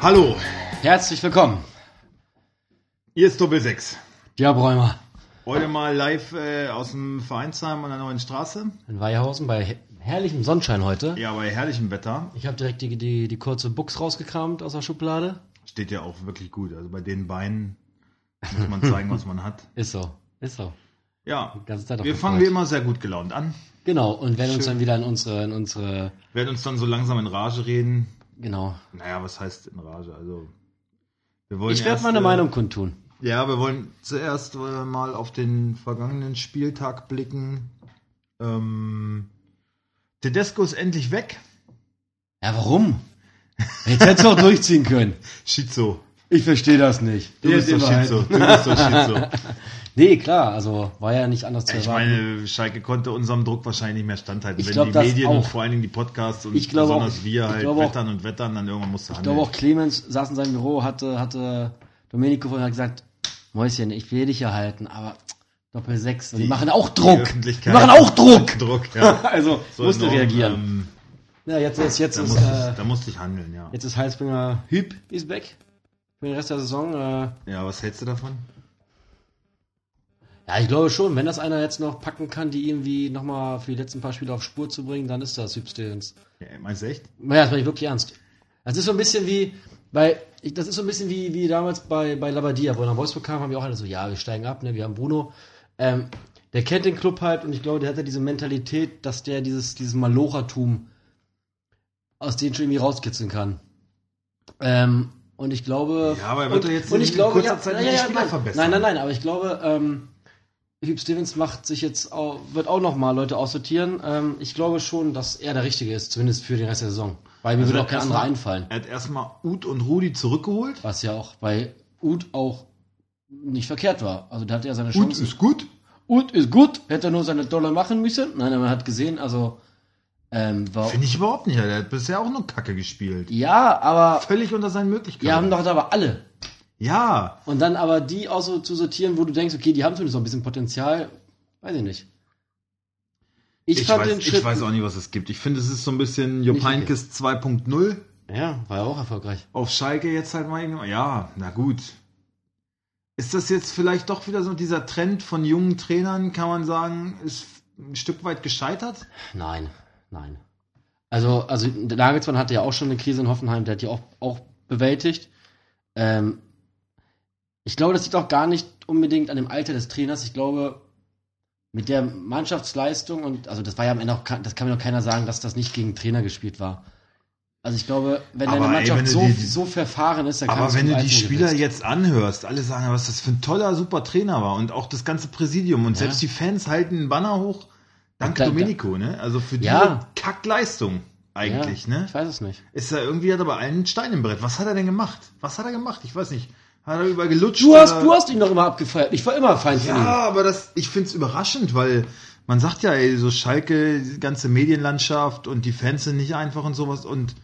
Hallo, Herzlich willkommen, hier ist Doppel 6. Björn Bräumer Heute mal live äh, aus dem Vereinsheim an der neuen Straße. in Weihausen bei he- herrlichem Sonnenschein heute. Ja, bei herrlichem Wetter. Ich habe direkt die, die, die kurze Buchs rausgekramt aus der Schublade. Steht ja auch wirklich gut. Also bei den Beinen muss man zeigen, was man hat. Ist so, ist so. Ja, Die ganze Zeit auf wir dem fangen Kreuz. wie immer sehr gut gelaunt an. Genau, und werden uns dann wieder in unsere, in unsere, Werden uns dann so langsam in Rage reden. genau. Naja, was heißt in Rage? Also, wir wollen Ich werde erst, meine äh, Meinung kundtun. Ja, wir wollen zuerst äh, mal auf den vergangenen Spieltag blicken. Ähm, Tedesco ist endlich weg. Ja, warum? Jetzt hättest du auch durchziehen können. Schizo. Ich verstehe das nicht. Du bist doch Schizo. Du bist doch Schizo. Nee, klar, also war ja nicht anders zu Ich erwarten. meine, Schalke konnte unserem Druck wahrscheinlich nicht mehr standhalten. Ich Wenn glaub, die das Medien und auch. vor allen Dingen die Podcasts und Ich glaube besonders auch. wir Ich halt glaube auch. wettern und wettern, dann irgendwann musst du Ich handeln. glaube auch Clemens saß in seinem Büro, hatte, hatte Domenico vorhin hat gesagt, Mäuschen, ich will dich ja halten, aber Doppel 6, die, Die- machen auch Die Druck. Die Öffentlichkeit- machen auch Druck. Druck, ja. also So musste enorm, reagieren. Ähm, ja, jetzt, jetzt, jetzt, da, ist, musste äh, ich, da musste ich handeln, ja. jetzt ist Heilsbringer Hüb ist weg für den Rest der Saison. Äh, Ja, was hältst du davon? ja, ich glaube schon, wenn das einer jetzt noch packen kann, die irgendwie nochmal für die letzten paar Spiele auf Spur zu bringen, dann ist das Hüb Stevens. Ja, meinst du echt? Naja, das meine ich wirklich ernst. Das ist so ein bisschen wie, weil, ich, das ist so ein bisschen wie, wie damals bei, bei Labadia, wo er nach Wolfsburg kam, haben wir auch alle so, ja, wir steigen ab, ne, wir haben Bruno. Ähm, der kennt den Club halt und ich glaube, der hat ja diese Mentalität, dass der dieses, dieses Malochertum aus denen schon irgendwie rauskitzeln kann. Ähm, und ich glaube. Ja, aber er wird und, doch jetzt und in ich glaube, kurzer ja, Zeit ja, nicht ja, Spieler nein, verbessern. Nein, nein, nein, aber ich glaube, ähm, Hugh Stevens macht sich jetzt auch, wird auch nochmal Leute aussortieren. Ähm, ich glaube schon, dass er der Richtige ist, zumindest für den Rest der Saison. Weil mir Also würde auch kein erstmal- anderer einfallen. Er hat erstmal Ut und Rudi zurückgeholt. Was ja auch bei Uth auch nicht verkehrt war. Also da hat er seine Chancen. gut. Uth ist gut, hätte er nur seine Dollar machen müssen. Nein, aber man hat gesehen, also ähm, war. Finde ich überhaupt nicht. Er hat bisher auch nur Kacke gespielt. Ja, aber Völlig unter seinen Möglichkeiten. wir haben doch da aber alle. ja, Und dann aber die auch so zu sortieren, wo du denkst, okay, die haben zumindest noch ein bisschen Potenzial, weiß ich nicht. Ich, ich, fand weiß, den Schritt. ich weiß auch nicht, was es gibt. Ich finde, es ist so ein bisschen Jupp Nicht okay. Heynckes 2.0. Ja, war ja auch erfolgreich. auf Schalke jetzt halt mal irgendwie. Ja, na gut. Ist das jetzt vielleicht doch wieder so dieser Trend von jungen Trainern, kann man sagen, ist ein Stück weit gescheitert? Nein, nein. Also, also der Nagelsmann hatte ja auch schon eine Krise in Hoffenheim, der hat die auch, auch bewältigt. Ähm, ich glaube, das liegt auch gar nicht unbedingt an dem Alter des Trainers. Ich glaube, mit der Mannschaftsleistung und also das war ja am Ende auch, kein- das kann mir doch keiner sagen, dass das nicht gegen Trainer gespielt war. Also ich glaube, wenn Aber deine ey, Mannschaft wenn du so, die- so verfahren ist, dann Aber kannst wenn du die Leistung Spieler gewinnen. jetzt anhörst, alle sagen, was das für ein toller, super Trainer war und auch das ganze Präsidium und Ja. selbst die Fans halten einen Banner hoch. Dank Da- da- Domenico, ne? Also für die Ja. Kackleistung eigentlich, ja, ne? Ich weiß es nicht. Ist da irgendwie hat er bei allen einen Stein im Brett. Was hat er denn gemacht? Was hat er gemacht? Ich weiß nicht. Hat er übergelutscht? Du hast, oder- du hast ihn doch immer abgefeiert. Ich war immer Feind von ihm. Ja, aber das, ich find's überraschend, weil man sagt ja, ey, so Schalke, die ganze Medienlandschaft und die Fans sind nicht einfach und sowas und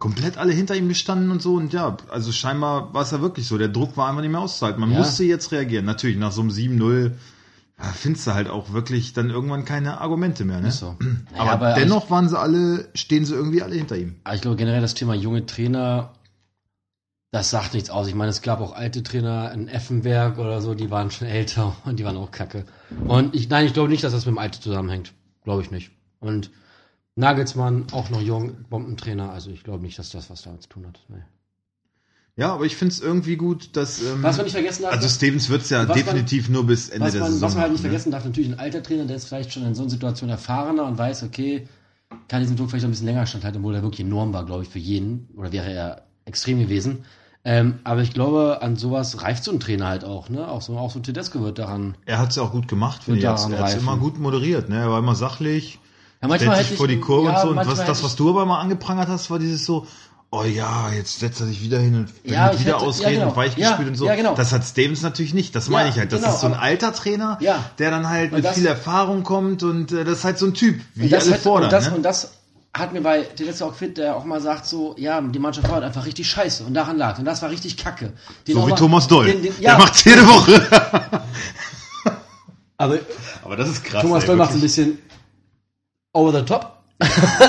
komplett alle hinter ihm gestanden und so und ja, also scheinbar war es ja wirklich so. Der Druck war einfach nicht mehr auszuhalten. Man Ja. musste jetzt reagieren. Natürlich, nach so einem 7-0 ja, findest du halt auch wirklich dann irgendwann keine Argumente mehr. Ne? Ist so. Naja, aber, aber dennoch waren sie alle, stehen sie irgendwie alle hinter ihm. Aber Also ich glaube generell das Thema junge Trainer, das sagt nichts aus. Ich meine, es gab auch alte Trainer in Effenberg oder so, die waren schon älter und die waren auch kacke. Und ich, nein, ich glaube nicht, dass das mit dem Alter zusammenhängt. Glaube ich nicht. Und Nagelsmann, auch noch jung, Bombentrainer. Also ich glaube nicht, dass das was damit zu tun hat. Nee. Ja, aber ich find's irgendwie gut, dass. Ähm, Was man nicht vergessen darf, also Stevens wird's ja was man- definitiv nur bis Ende was, der man, Saison. was man halt nicht machen, ne? vergessen darf, natürlich ein alter Trainer, der ist vielleicht schon in so einer Situation erfahrener und weiß, okay, kann diesen Druck vielleicht noch ein bisschen länger standhalten, obwohl er wirklich enorm war, glaube ich, für jeden. Oder wäre er extrem gewesen. Ähm, aber ich glaube, an sowas reift so ein Trainer halt auch, ne? Auch so, auch so ein Tedesco wird daran. Er hat es ja auch gut gemacht, finde Und ich. Er hat's- daran er hat es reifen. immer gut moderiert, ne? Er war immer sachlich, Ja, stellt sich vor die Kurve ja, und so. Und manchmal was, das, hätte was du aber mal angeprangert hast, war dieses so, oh ja, jetzt setzt er sich wieder hin und Ja, findet ich wieder hätte- ja, Ausreden genau. und weichgespült Ja, und so. ja, genau. Das hat Stevens natürlich nicht. Das meine ich halt. Das genau, ist so ein aber- alter Trainer, Ja. der dann halt Und mit das- viel Erfahrung kommt und äh, das ist halt so ein Typ, wie Und das, alle hat, fordern. und, das, ne? und das hat mir bei Tedesco auch fit, der auch mal sagt, so, ja, die Mannschaft war halt einfach richtig scheiße und daran lag. Und das war richtig kacke. Den so auch wie mal- Thomas Doll. Den, den, ja, Der macht jede Woche. aber aber das ist krass. Thomas ey, Doll macht ein wirklich. bisschen over the top.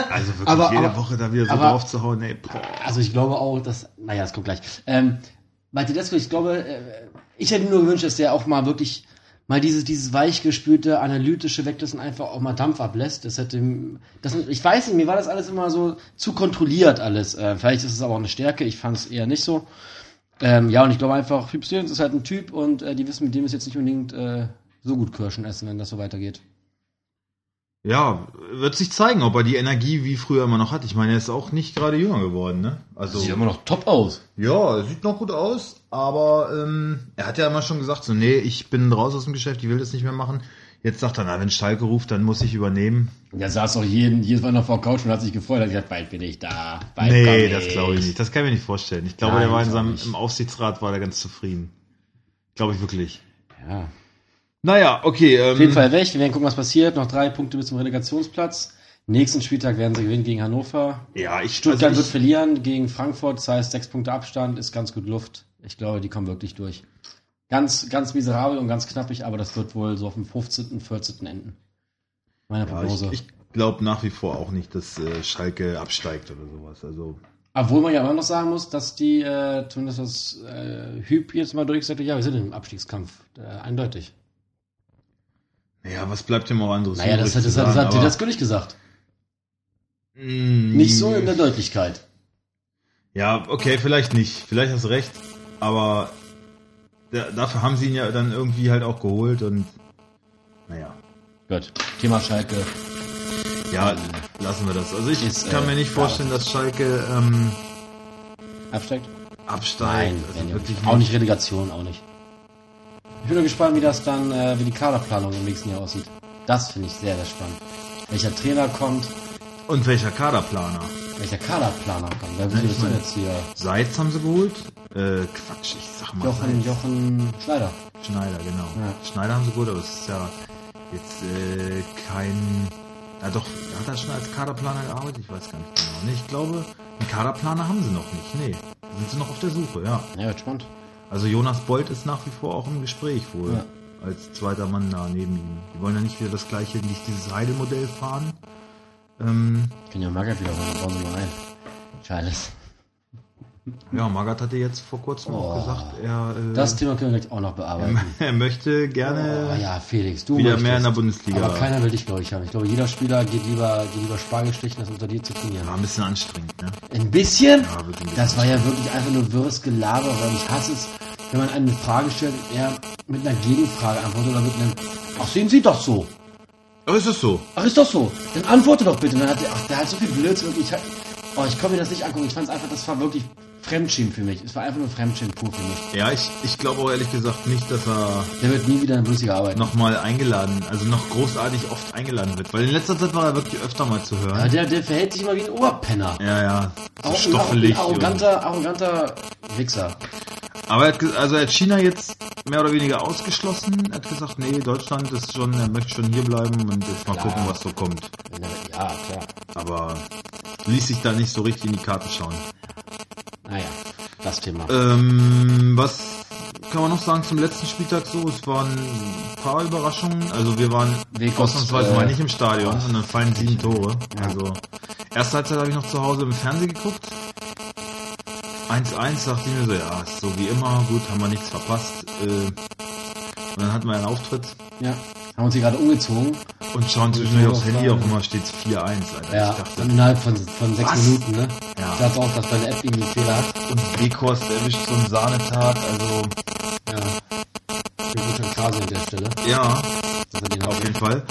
Also wirklich Aber- jede aber- Woche da wieder so aber- drauf zu hauen, ey, boah. Also ich glaube auch, dass. Naja, es kommt gleich. Ähm, bei Tedesco, ich glaube, äh, ich hätte mir nur gewünscht, dass der auch mal wirklich mal dieses, dieses weichgespülte, analytische weglässt und einfach auch mal Dampf ablässt. Das hätte. Das, ich weiß nicht, mir war das alles immer so zu kontrolliert alles. Äh, vielleicht ist es aber auch eine Stärke, ich fand es eher nicht so. Ähm, ja, und ich glaube einfach, Hüb Stevens ist halt ein Typ und äh, die wissen, mit dem ist jetzt nicht unbedingt äh, so gut Kirschen essen, wenn das so weitergeht. Ja, wird sich zeigen, ob er die Energie wie früher immer noch hat. Ich meine, er ist auch nicht gerade jünger geworden, ne? Also, Sieht immer noch top aus. ja, er sieht noch gut aus, aber ähm, er hat ja immer schon gesagt, so, nee, ich bin raus aus dem Geschäft, ich will das nicht mehr machen. Jetzt sagt er, na, wenn Schalke ruft, dann muss ich übernehmen. Der saß doch jeden, jedes Mal noch vor der Couch und hat sich gefreut, hat gesagt, bald bin ich da. Bald nee, komm das glaube ich nicht. Das kann ich mir nicht vorstellen. Ich glaube, Nein, der war in ich auch seinem, nicht. im Aufsichtsrat war er ganz zufrieden. Glaube ich wirklich. Ja. Naja, okay. Ähm, Auf jeden Fall weg. Wir werden gucken, was passiert. Noch drei Punkte bis zum Relegationsplatz. Nächsten Spieltag werden sie gewinnen gegen Hannover. Ja, ich, Stuttgart also wird ich, verlieren gegen Frankfurt. Das heißt, sechs Punkte Abstand ist ganz gut Luft. Ich glaube, die kommen wirklich durch. Ganz, ganz miserabel und ganz knappig, aber das wird wohl so auf dem 15., 14. enden. Meine Ja, ich, Prognose. ich glaube nach wie vor auch nicht, dass äh, Schalke absteigt oder sowas. Also Obwohl man ja immer noch sagen muss, dass die, äh, zumindest das äh, Hüb jetzt mal durchgesagt hat, ja, wir sind im Abstiegskampf. Äh, eindeutig. Naja, was bleibt ihm auch anderes? Naja, das, hat- übrig das, zu hat- das sagen, ne? hat dir aber- das nicht gesagt. Mm, Nicht so in der Deutlichkeit. Ja, okay, vielleicht nicht. Vielleicht hast du recht. Aber da, dafür haben sie ihn ja dann irgendwie halt auch geholt und. Naja. Gut. Thema Schalke. Ja, lassen wir das. Also ich Ist, kann äh, mir nicht vorstellen, dass Schalke ähm, Absteigt? absteigt. Nein, also werden wir wirklich nicht. auch nicht Relegation, auch nicht. Ich bin nur gespannt, wie das dann, äh, wie die Kaderplanung im nächsten Jahr aussieht. Das finde ich sehr, sehr spannend. Welcher Trainer kommt, Und welcher Kaderplaner? welcher Kaderplaner kommt. Wer würde ich das denn meine- jetzt hier? Seitz haben sie geholt? Äh, Quatsch, ich sag mal. Jochen, Seitz. Jochen Schneider. Schneider, genau. Ja. Schneider haben sie gut, aber es ist ja jetzt äh, kein. Ja doch, hat er schon als Kaderplaner gearbeitet? Ich weiß gar nicht genau. Nee, ich glaube, einen Kaderplaner haben sie noch nicht. Nee. Da Sind sie noch auf der Suche, ja. Ja, wird spannend. Also Jonas Bold ist nach wie vor auch im Gespräch wohl. Ja. Als zweiter Mann da neben ihm. Die wollen ja nicht wieder das gleiche, nicht dieses Heidel-Modell fahren. Ähm, Ich kann ja Magath wieder holen, dann brauchen wir nur einen. Scheiße. ja, Magath hatte jetzt vor kurzem auch Oh. gesagt, er, äh, Das Thema können wir gleich auch noch bearbeiten. er möchte Ah gerne ja, Felix, du äh, wieder möchtest. mehr in der Bundesliga. Aber keiner will dich, glaube ich, haben. Ich glaube, jeder Spieler geht lieber, geht lieber Spargel stechen, als unter dir zu trainieren. War ein bisschen anstrengend, ne? Ein bisschen? Ja, wirklich ein bisschen Das war ja wirklich einfach nur wirres Gelaber, weil ich hasse es, wenn man eine Frage stellt und er mit einer Gegenfrage antwortet oder mit einem, ach sehen Sie doch so, Aber ist das so? ach ist doch so, dann antworte doch bitte. Und dann hat er, ach der hat so viel Blödsinn und ich, hab- oh, ich konnte mir das nicht angucken. Ich fand es einfach, das war wirklich Fremdschämen für mich. Es war einfach nur Fremdschämen pur für mich. Ja, ich, ich glaube auch ehrlich gesagt nicht, dass er Der wird nie wieder in der Bundesliga arbeiten. nochmal eingeladen, also noch großartig oft eingeladen wird. Weil in letzter Zeit war er wirklich öfter mal zu Aber hören. der, der verhält sich immer wie ein Oberpenner. Ja, ja. So Auch stoffelig. Ein arroganter, arroganter Wichser. und- Aber er hat, ge- also er hat China jetzt mehr oder weniger ausgeschlossen. Er hat gesagt, nee, Deutschland ist schon, er möchte schon hier bleiben und jetzt mal gucken, was so kommt. Ja, klar. Aber ließ sich da nicht so richtig in die Karten schauen. Naja, das Thema. Äh, Ähm, was kann man noch sagen zum letzten Spieltag so? Es waren ein paar Überraschungen. Also wir waren Wegos, ausnahmsweise äh, mal nicht im Stadion ach, und dann fallen sieben Tore. Also erste Halbzeit habe ich noch zu Hause im Fernsehen geguckt. 1-1 dachte ich mir so, ja, ist so wie immer, gut, haben wir nichts verpasst. Äh, und dann hatten wir einen Auftritt Ja. Haben uns hier gerade umgezogen. und schauen zwischendurch aufs auch Handy, sagen. auch immer steht 4-1. Alter. Ja, Also, Ich dachte, und innerhalb von, von sechs Was? Minuten, ne? Ja. Ich dachte auch, dass meine App irgendwie Fehler hat. und Weghorst erwischt so einen Sahnetag, also Ja. Ich bin schon Krase an der Stelle. ja, Dass er den Auf hat. jeden Fall.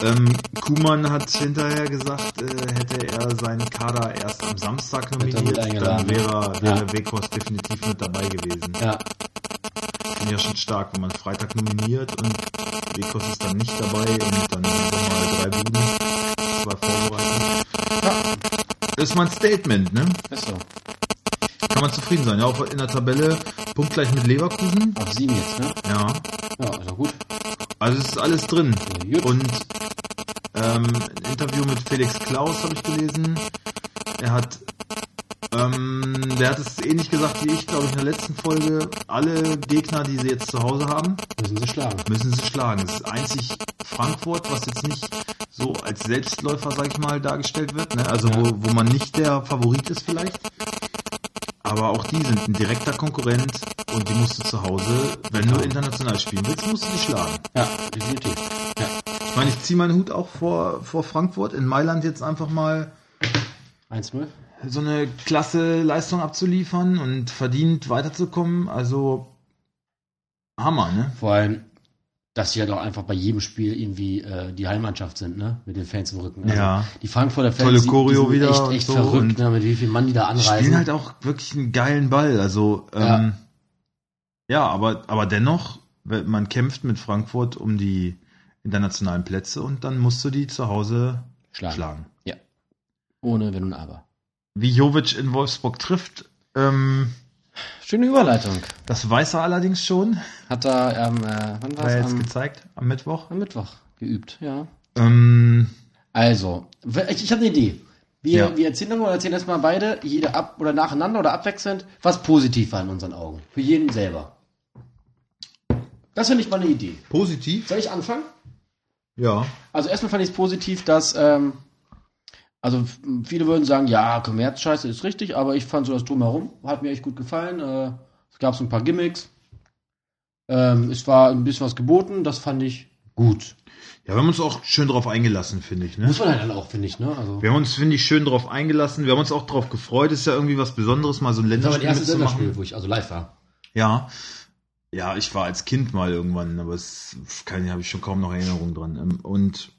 Ähm, Kuhmann hat hinterher gesagt, äh, hätte er seinen Kader erst am Samstag er mit nominiert, dann eingeladen. wäre, wäre Ja. Weghorst definitiv mit dabei gewesen. Ja. Finde ich ja schon stark, wenn man Freitag nominiert und Weghorst ist dann nicht dabei und dann nochmal drei Buden, zwei Vorbereitungen. Das ist mein Statement, ne? Ist so. Kann man zufrieden sein. Ja, auch in der Tabelle punktgleich mit Leverkusen. Auf sieben jetzt, ne? Ja, Ja, ist doch gut. Also es ist alles drin. Ja, gut. Und ähm, ein Interview mit Felix Klaus habe ich gelesen. Er hat, ähm, der hat es ähnlich gesagt wie ich, glaube ich, in der letzten Folge. Alle Gegner, die sie jetzt zu Hause haben, Müssen sie schlagen. müssen sie schlagen. Es ist einzig Frankfurt, was jetzt nicht so als Selbstläufer, sag ich mal, dargestellt wird. Ne? Also wo, wo man nicht der Favorit ist vielleicht. Aber auch die sind ein direkter Konkurrent und die musst du zu Hause, wenn du international spielen willst, musst du die schlagen. Ja, definitiv. Ja, Ich meine, ich ziehe meinen Hut auch vor, vor Frankfurt in Mailand jetzt einfach mal 1-0. so eine klasse Leistung abzuliefern und verdient weiterzukommen. Also Hammer, ne? Vor allem, dass sie halt auch einfach bei jedem Spiel irgendwie äh, die Heimmannschaft sind, ne? Mit den Fans im Rücken. Ja. Die Frankfurter Fans Tolle die- die Choreo sind wieder echt, und echt so und- verrückt, ne? Mit wie viel Mann die da Die anreisen. spielen halt auch wirklich einen geilen Ball. Also ähm, ja, aber, aber dennoch, wenn- man kämpft mit Frankfurt um die internationalen Plätze und dann musst du die zu Hause Schlagen. schlagen. Ohne Wenn und Aber. Wie Jovic in Wolfsburg trifft, ähm, Schöne Überleitung. das weiß er allerdings schon, Hat er am, äh, wann war war ja es? jetzt Am, gezeigt am Mittwoch. am Mittwoch geübt, ja. Ähm, Also, ich, ich habe eine Idee. Wir, Ja. wir erzählen dann oder erzählen erstmal beide, jeder ab oder nacheinander oder abwechselnd, was positiv war in unseren Augen. Für jeden selber. Das finde ich mal eine Idee. Positiv? Soll ich anfangen? Ja. Also erstmal fand ich es positiv, dass, ähm, also f- viele würden sagen, ja, Kommerzscheiße ist richtig, aber ich fand so das drumherum, hat mir echt gut gefallen. Äh, es gab so ein paar Gimmicks. Ähm, es war ein bisschen was geboten, das fand ich gut. Ja, wir haben uns auch schön drauf eingelassen, finde ich. Ne? Muss man halt dann auch, finde ich, ne? Also, Wir haben uns, finde ich, schön drauf eingelassen. Wir haben uns auch drauf gefreut. Ist ja irgendwie was Besonderes, mal so ein das war mein Länderspiel erstes mitzumachen. Länderspiel, wo ich also live war. Ja. Ja, ich war als Kind mal irgendwann, aber es keine, habe ich schon kaum noch Erinnerung dran. Ähm, Und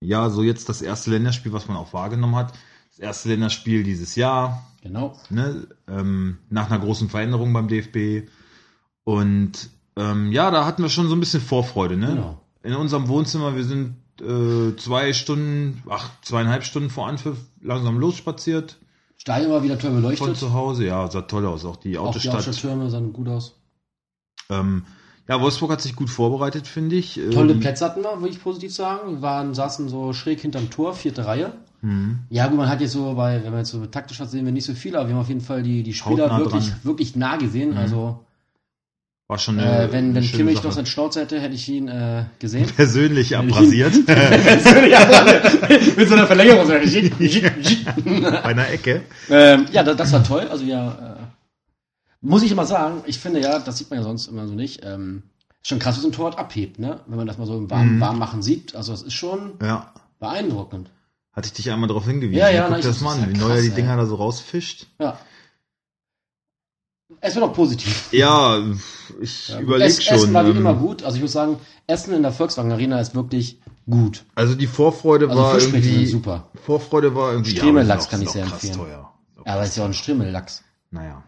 ja, so jetzt das erste Länderspiel, was man auch wahrgenommen hat. Das erste Länderspiel dieses Jahr, Genau. ne, ähm, nach einer großen Veränderung beim DFB. Und ähm, ja, da hatten wir schon so ein bisschen Vorfreude, ne? Genau. In unserem Wohnzimmer, wir sind äh, zwei Stunden, ach, zweieinhalb Stunden vor Anpfiff langsam losspaziert. Stadion war wieder toll beleuchtet. Von zu Hause, ja, sah toll aus. Auch die auch die Autostadt. Hauptstadttürme sahen gut aus. Ähm, ja, Wolfsburg hat sich gut vorbereitet, finde ich. Ähm, Tolle Plätze hatten wir, würde ich positiv sagen. Wir waren, saßen so schräg hinterm Tor, vierte Reihe. Mhm. Ja, gut, man hat jetzt so bei, wenn man jetzt so taktisch hat, sehen wir nicht so viel, aber wir haben auf jeden Fall die, die Spieler Hautnah wirklich, dran. wirklich nah gesehen. Also, War schon eine, äh, wenn, eine wenn schöne Kimmich Sache. noch seinen Schnauz hätte, hätte ich ihn äh, gesehen. persönlich abrasiert bei Mit so einer Verlängerung. so schick, schick, schick. einer Ecke. ähm, ja, das, das war toll. Also ja, äh, muss ich immer sagen, ich finde ja, das sieht man ja sonst immer so nicht. Ähm, ist schon krass, was ein Torwart abhebt, ne? Wenn man das mal so im Warm, Mhm. Warm machen sieht. Also das ist schon Ja, beeindruckend. hatte ich dich einmal darauf hingewiesen. Ja, ja, Guck na, ich- dir das das mal ist an, ja wie Neuer die krass, Dinger ey. da so rausfischt. Ja. Es wird auch positiv. Ja, ich Ja, gut. überlege Es- Essen schon. war wie ähm, immer gut. Also ich muss sagen, Essen in der Volkswagen Arena ist wirklich gut. Also die Vorfreude Also war Fischschmecken irgendwie. sind super. Vorfreude war irgendwie. Stremelachs aber kann ist ich auch- sehr ist auch krass empfehlen. Teuer. Ja, aber es ist ja auch ein Strimmellachs. Naja.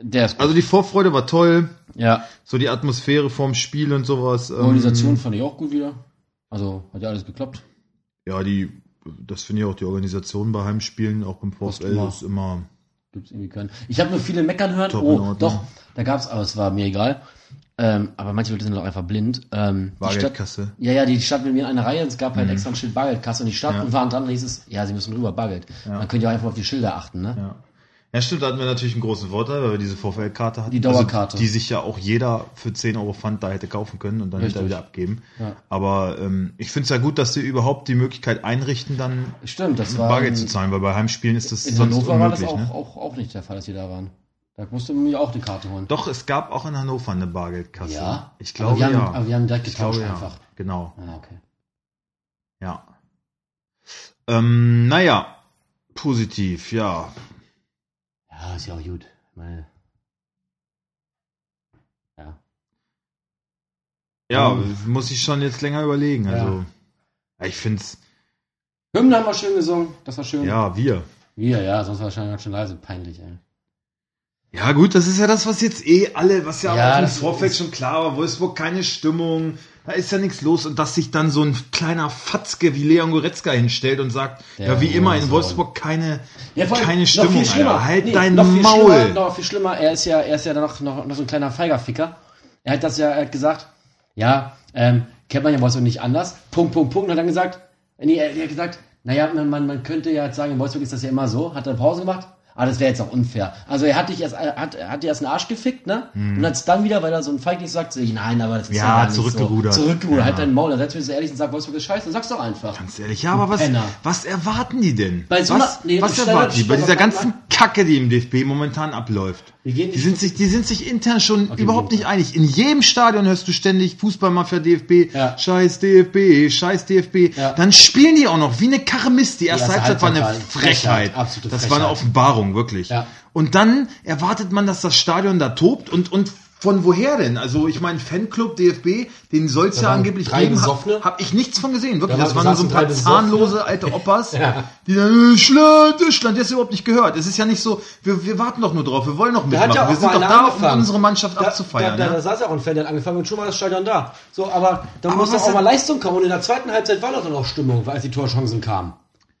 Der ist gut. Also die Vorfreude war toll. ja. So die Atmosphäre vorm Spiel und sowas. Also, ähm, Organisation fand ich auch gut wieder. Also hat ja alles geklappt. Ja, die, das finde ich auch, die Organisation bei Heimspielen, auch beim Passt VfL, immer. ist immer. Gibt's irgendwie keinen. Ich habe nur viele meckern hören. Top in oh, Ordnung. doch, da gab's, aber es war mir egal. Ähm, aber manche Leute sind auch einfach blind. Ähm, die Stadt, Bargeldkasse. Mhm. ja, ja, die Stadt mit mir in einer Reihe. Es gab halt extra ein Schild Bargeldkasse und die Stadt Ja. und waren dran. Da hieß es, ja, sie müssen rüber Bargeld. Man könnte ja auch einfach auf die Schilder achten, ne? Ja. Ja, stimmt, da hatten wir natürlich einen großen Vorteil, weil wir diese VfL-Karte hatten. Die Dauerkarte. Also, die sich ja auch jeder für 10 Euro Pfand da hätte kaufen können und dann Richtig. hinterher wieder abgeben. Ja. Aber ähm, ich finde es ja gut, dass sie überhaupt die Möglichkeit einrichten, dann Stimmt, das war. Bargeld in- zu zahlen, weil bei Heimspielen ist das in sonst Hannover war das unmöglich. auch, ne? auch, auch nicht der Fall, dass die da waren. Da musste man mir auch die Karte holen. Doch, es gab auch in Hannover eine Bargeldkasse. Ja? Ich aber glaube wir haben, ja. Aber wir haben direkt ich getauscht glaube Oh ja. einfach. Genau. Ah, okay. Ja. Ähm, naja, positiv, ja. Ja, ist ja auch gut. Ich Meine, ja. Ja, Ähm. muss ich schon jetzt länger überlegen. Ja. Also, ja. ich find's, Hymne haben wir schön gesungen, das war schön. ja, wir. Wir, ja, sonst war es schon ganz schön leise, peinlich, ey. Ja, gut, das ist ja das, was jetzt eh alle, was ja, Ja, auch im das Vorfeld ist- schon klar war. Wolfsburg keine Stimmung, da ist ja nichts los. Und dass sich dann so ein kleiner Fatzke wie Leon Goretzka hinstellt und sagt, Der ja, wie immer in Hurensohn. Wolfsburg keine, Ja, vor allem keine noch Stimmung. viel schlimmer. Alter. Halt Nee, dein noch viel Maul. Schlimmer, noch viel schlimmer, er ist ja, er ist ja noch, noch, noch so ein kleiner Feigerficker. Er hat das ja er hat gesagt, ja, ähm, kennt man ja Wolfsburg nicht anders. Punkt, Punkt, Punkt. Und hat dann gesagt, nee, er, er hat gesagt, naja, man, man, man könnte ja jetzt sagen, in Wolfsburg ist das ja immer so. Hat dann Pause gemacht. Aber das wäre jetzt auch unfair. Also er hat dich erst, er hat, er hat dir erst einen Arsch gefickt, ne? Und als dann wieder, weil er so ein Feigling sagt, so, nein, aber das Hm. ist Ja, ja, gar nicht zurückgerudert. So. Zurückgerudert, Ja. halt dein Maul, dann setz mich so ehrlich und sag, Wolfsburg ist scheiße, sag's doch einfach. Ganz ehrlich, ja, aber was, Penner. was erwarten die denn? Bei so was einer- nee, was stell- erwarten die bei stell- dieser ganzen Kacke, die im DFB momentan abläuft? Wir gehen Die nicht- sind sich, die sind sich intern schon überhaupt gut. nicht einig. In jedem Stadion hörst du ständig Fußballmafia DFB, Ja. scheiß DFB, scheiß DFB. Ja. Dann spielen die auch noch wie eine Karre Mist. Die erste erste Halbzeit war eine Halbzeit Frechheit. war eine Frechheit, absolute das war eine Frechheit. Offenbarung, wirklich. Ja. Und dann erwartet man, dass das Stadion da tobt und, und von woher denn? Also ich meine, Fanclub DFB, den soll es Da ja waren angeblich drei geben. Besoffene. Habe hab ich nichts von gesehen, wirklich. Da das waren- waren so ein saßen paar drei Besoffene. zahnlose alte Opas, Ja. die dann, äh, Schland, äh, Schland, der ist überhaupt nicht gehört. Es ist ja nicht so, wir, wir warten doch nur drauf, wir wollen noch Da hat mitmachen. ja auch wir sind mal doch einer da, um angefangen. unsere Mannschaft Da- abzufeiern. Da, da, ne? da saß ja auch ein Fan, der hat angefangen und schon war das Stadion da. So, aber da Aber muss was doch auch hat- mal Leistung kommen. Und in der zweiten Halbzeit war doch dann auch Stimmung, als die Torchancen kamen.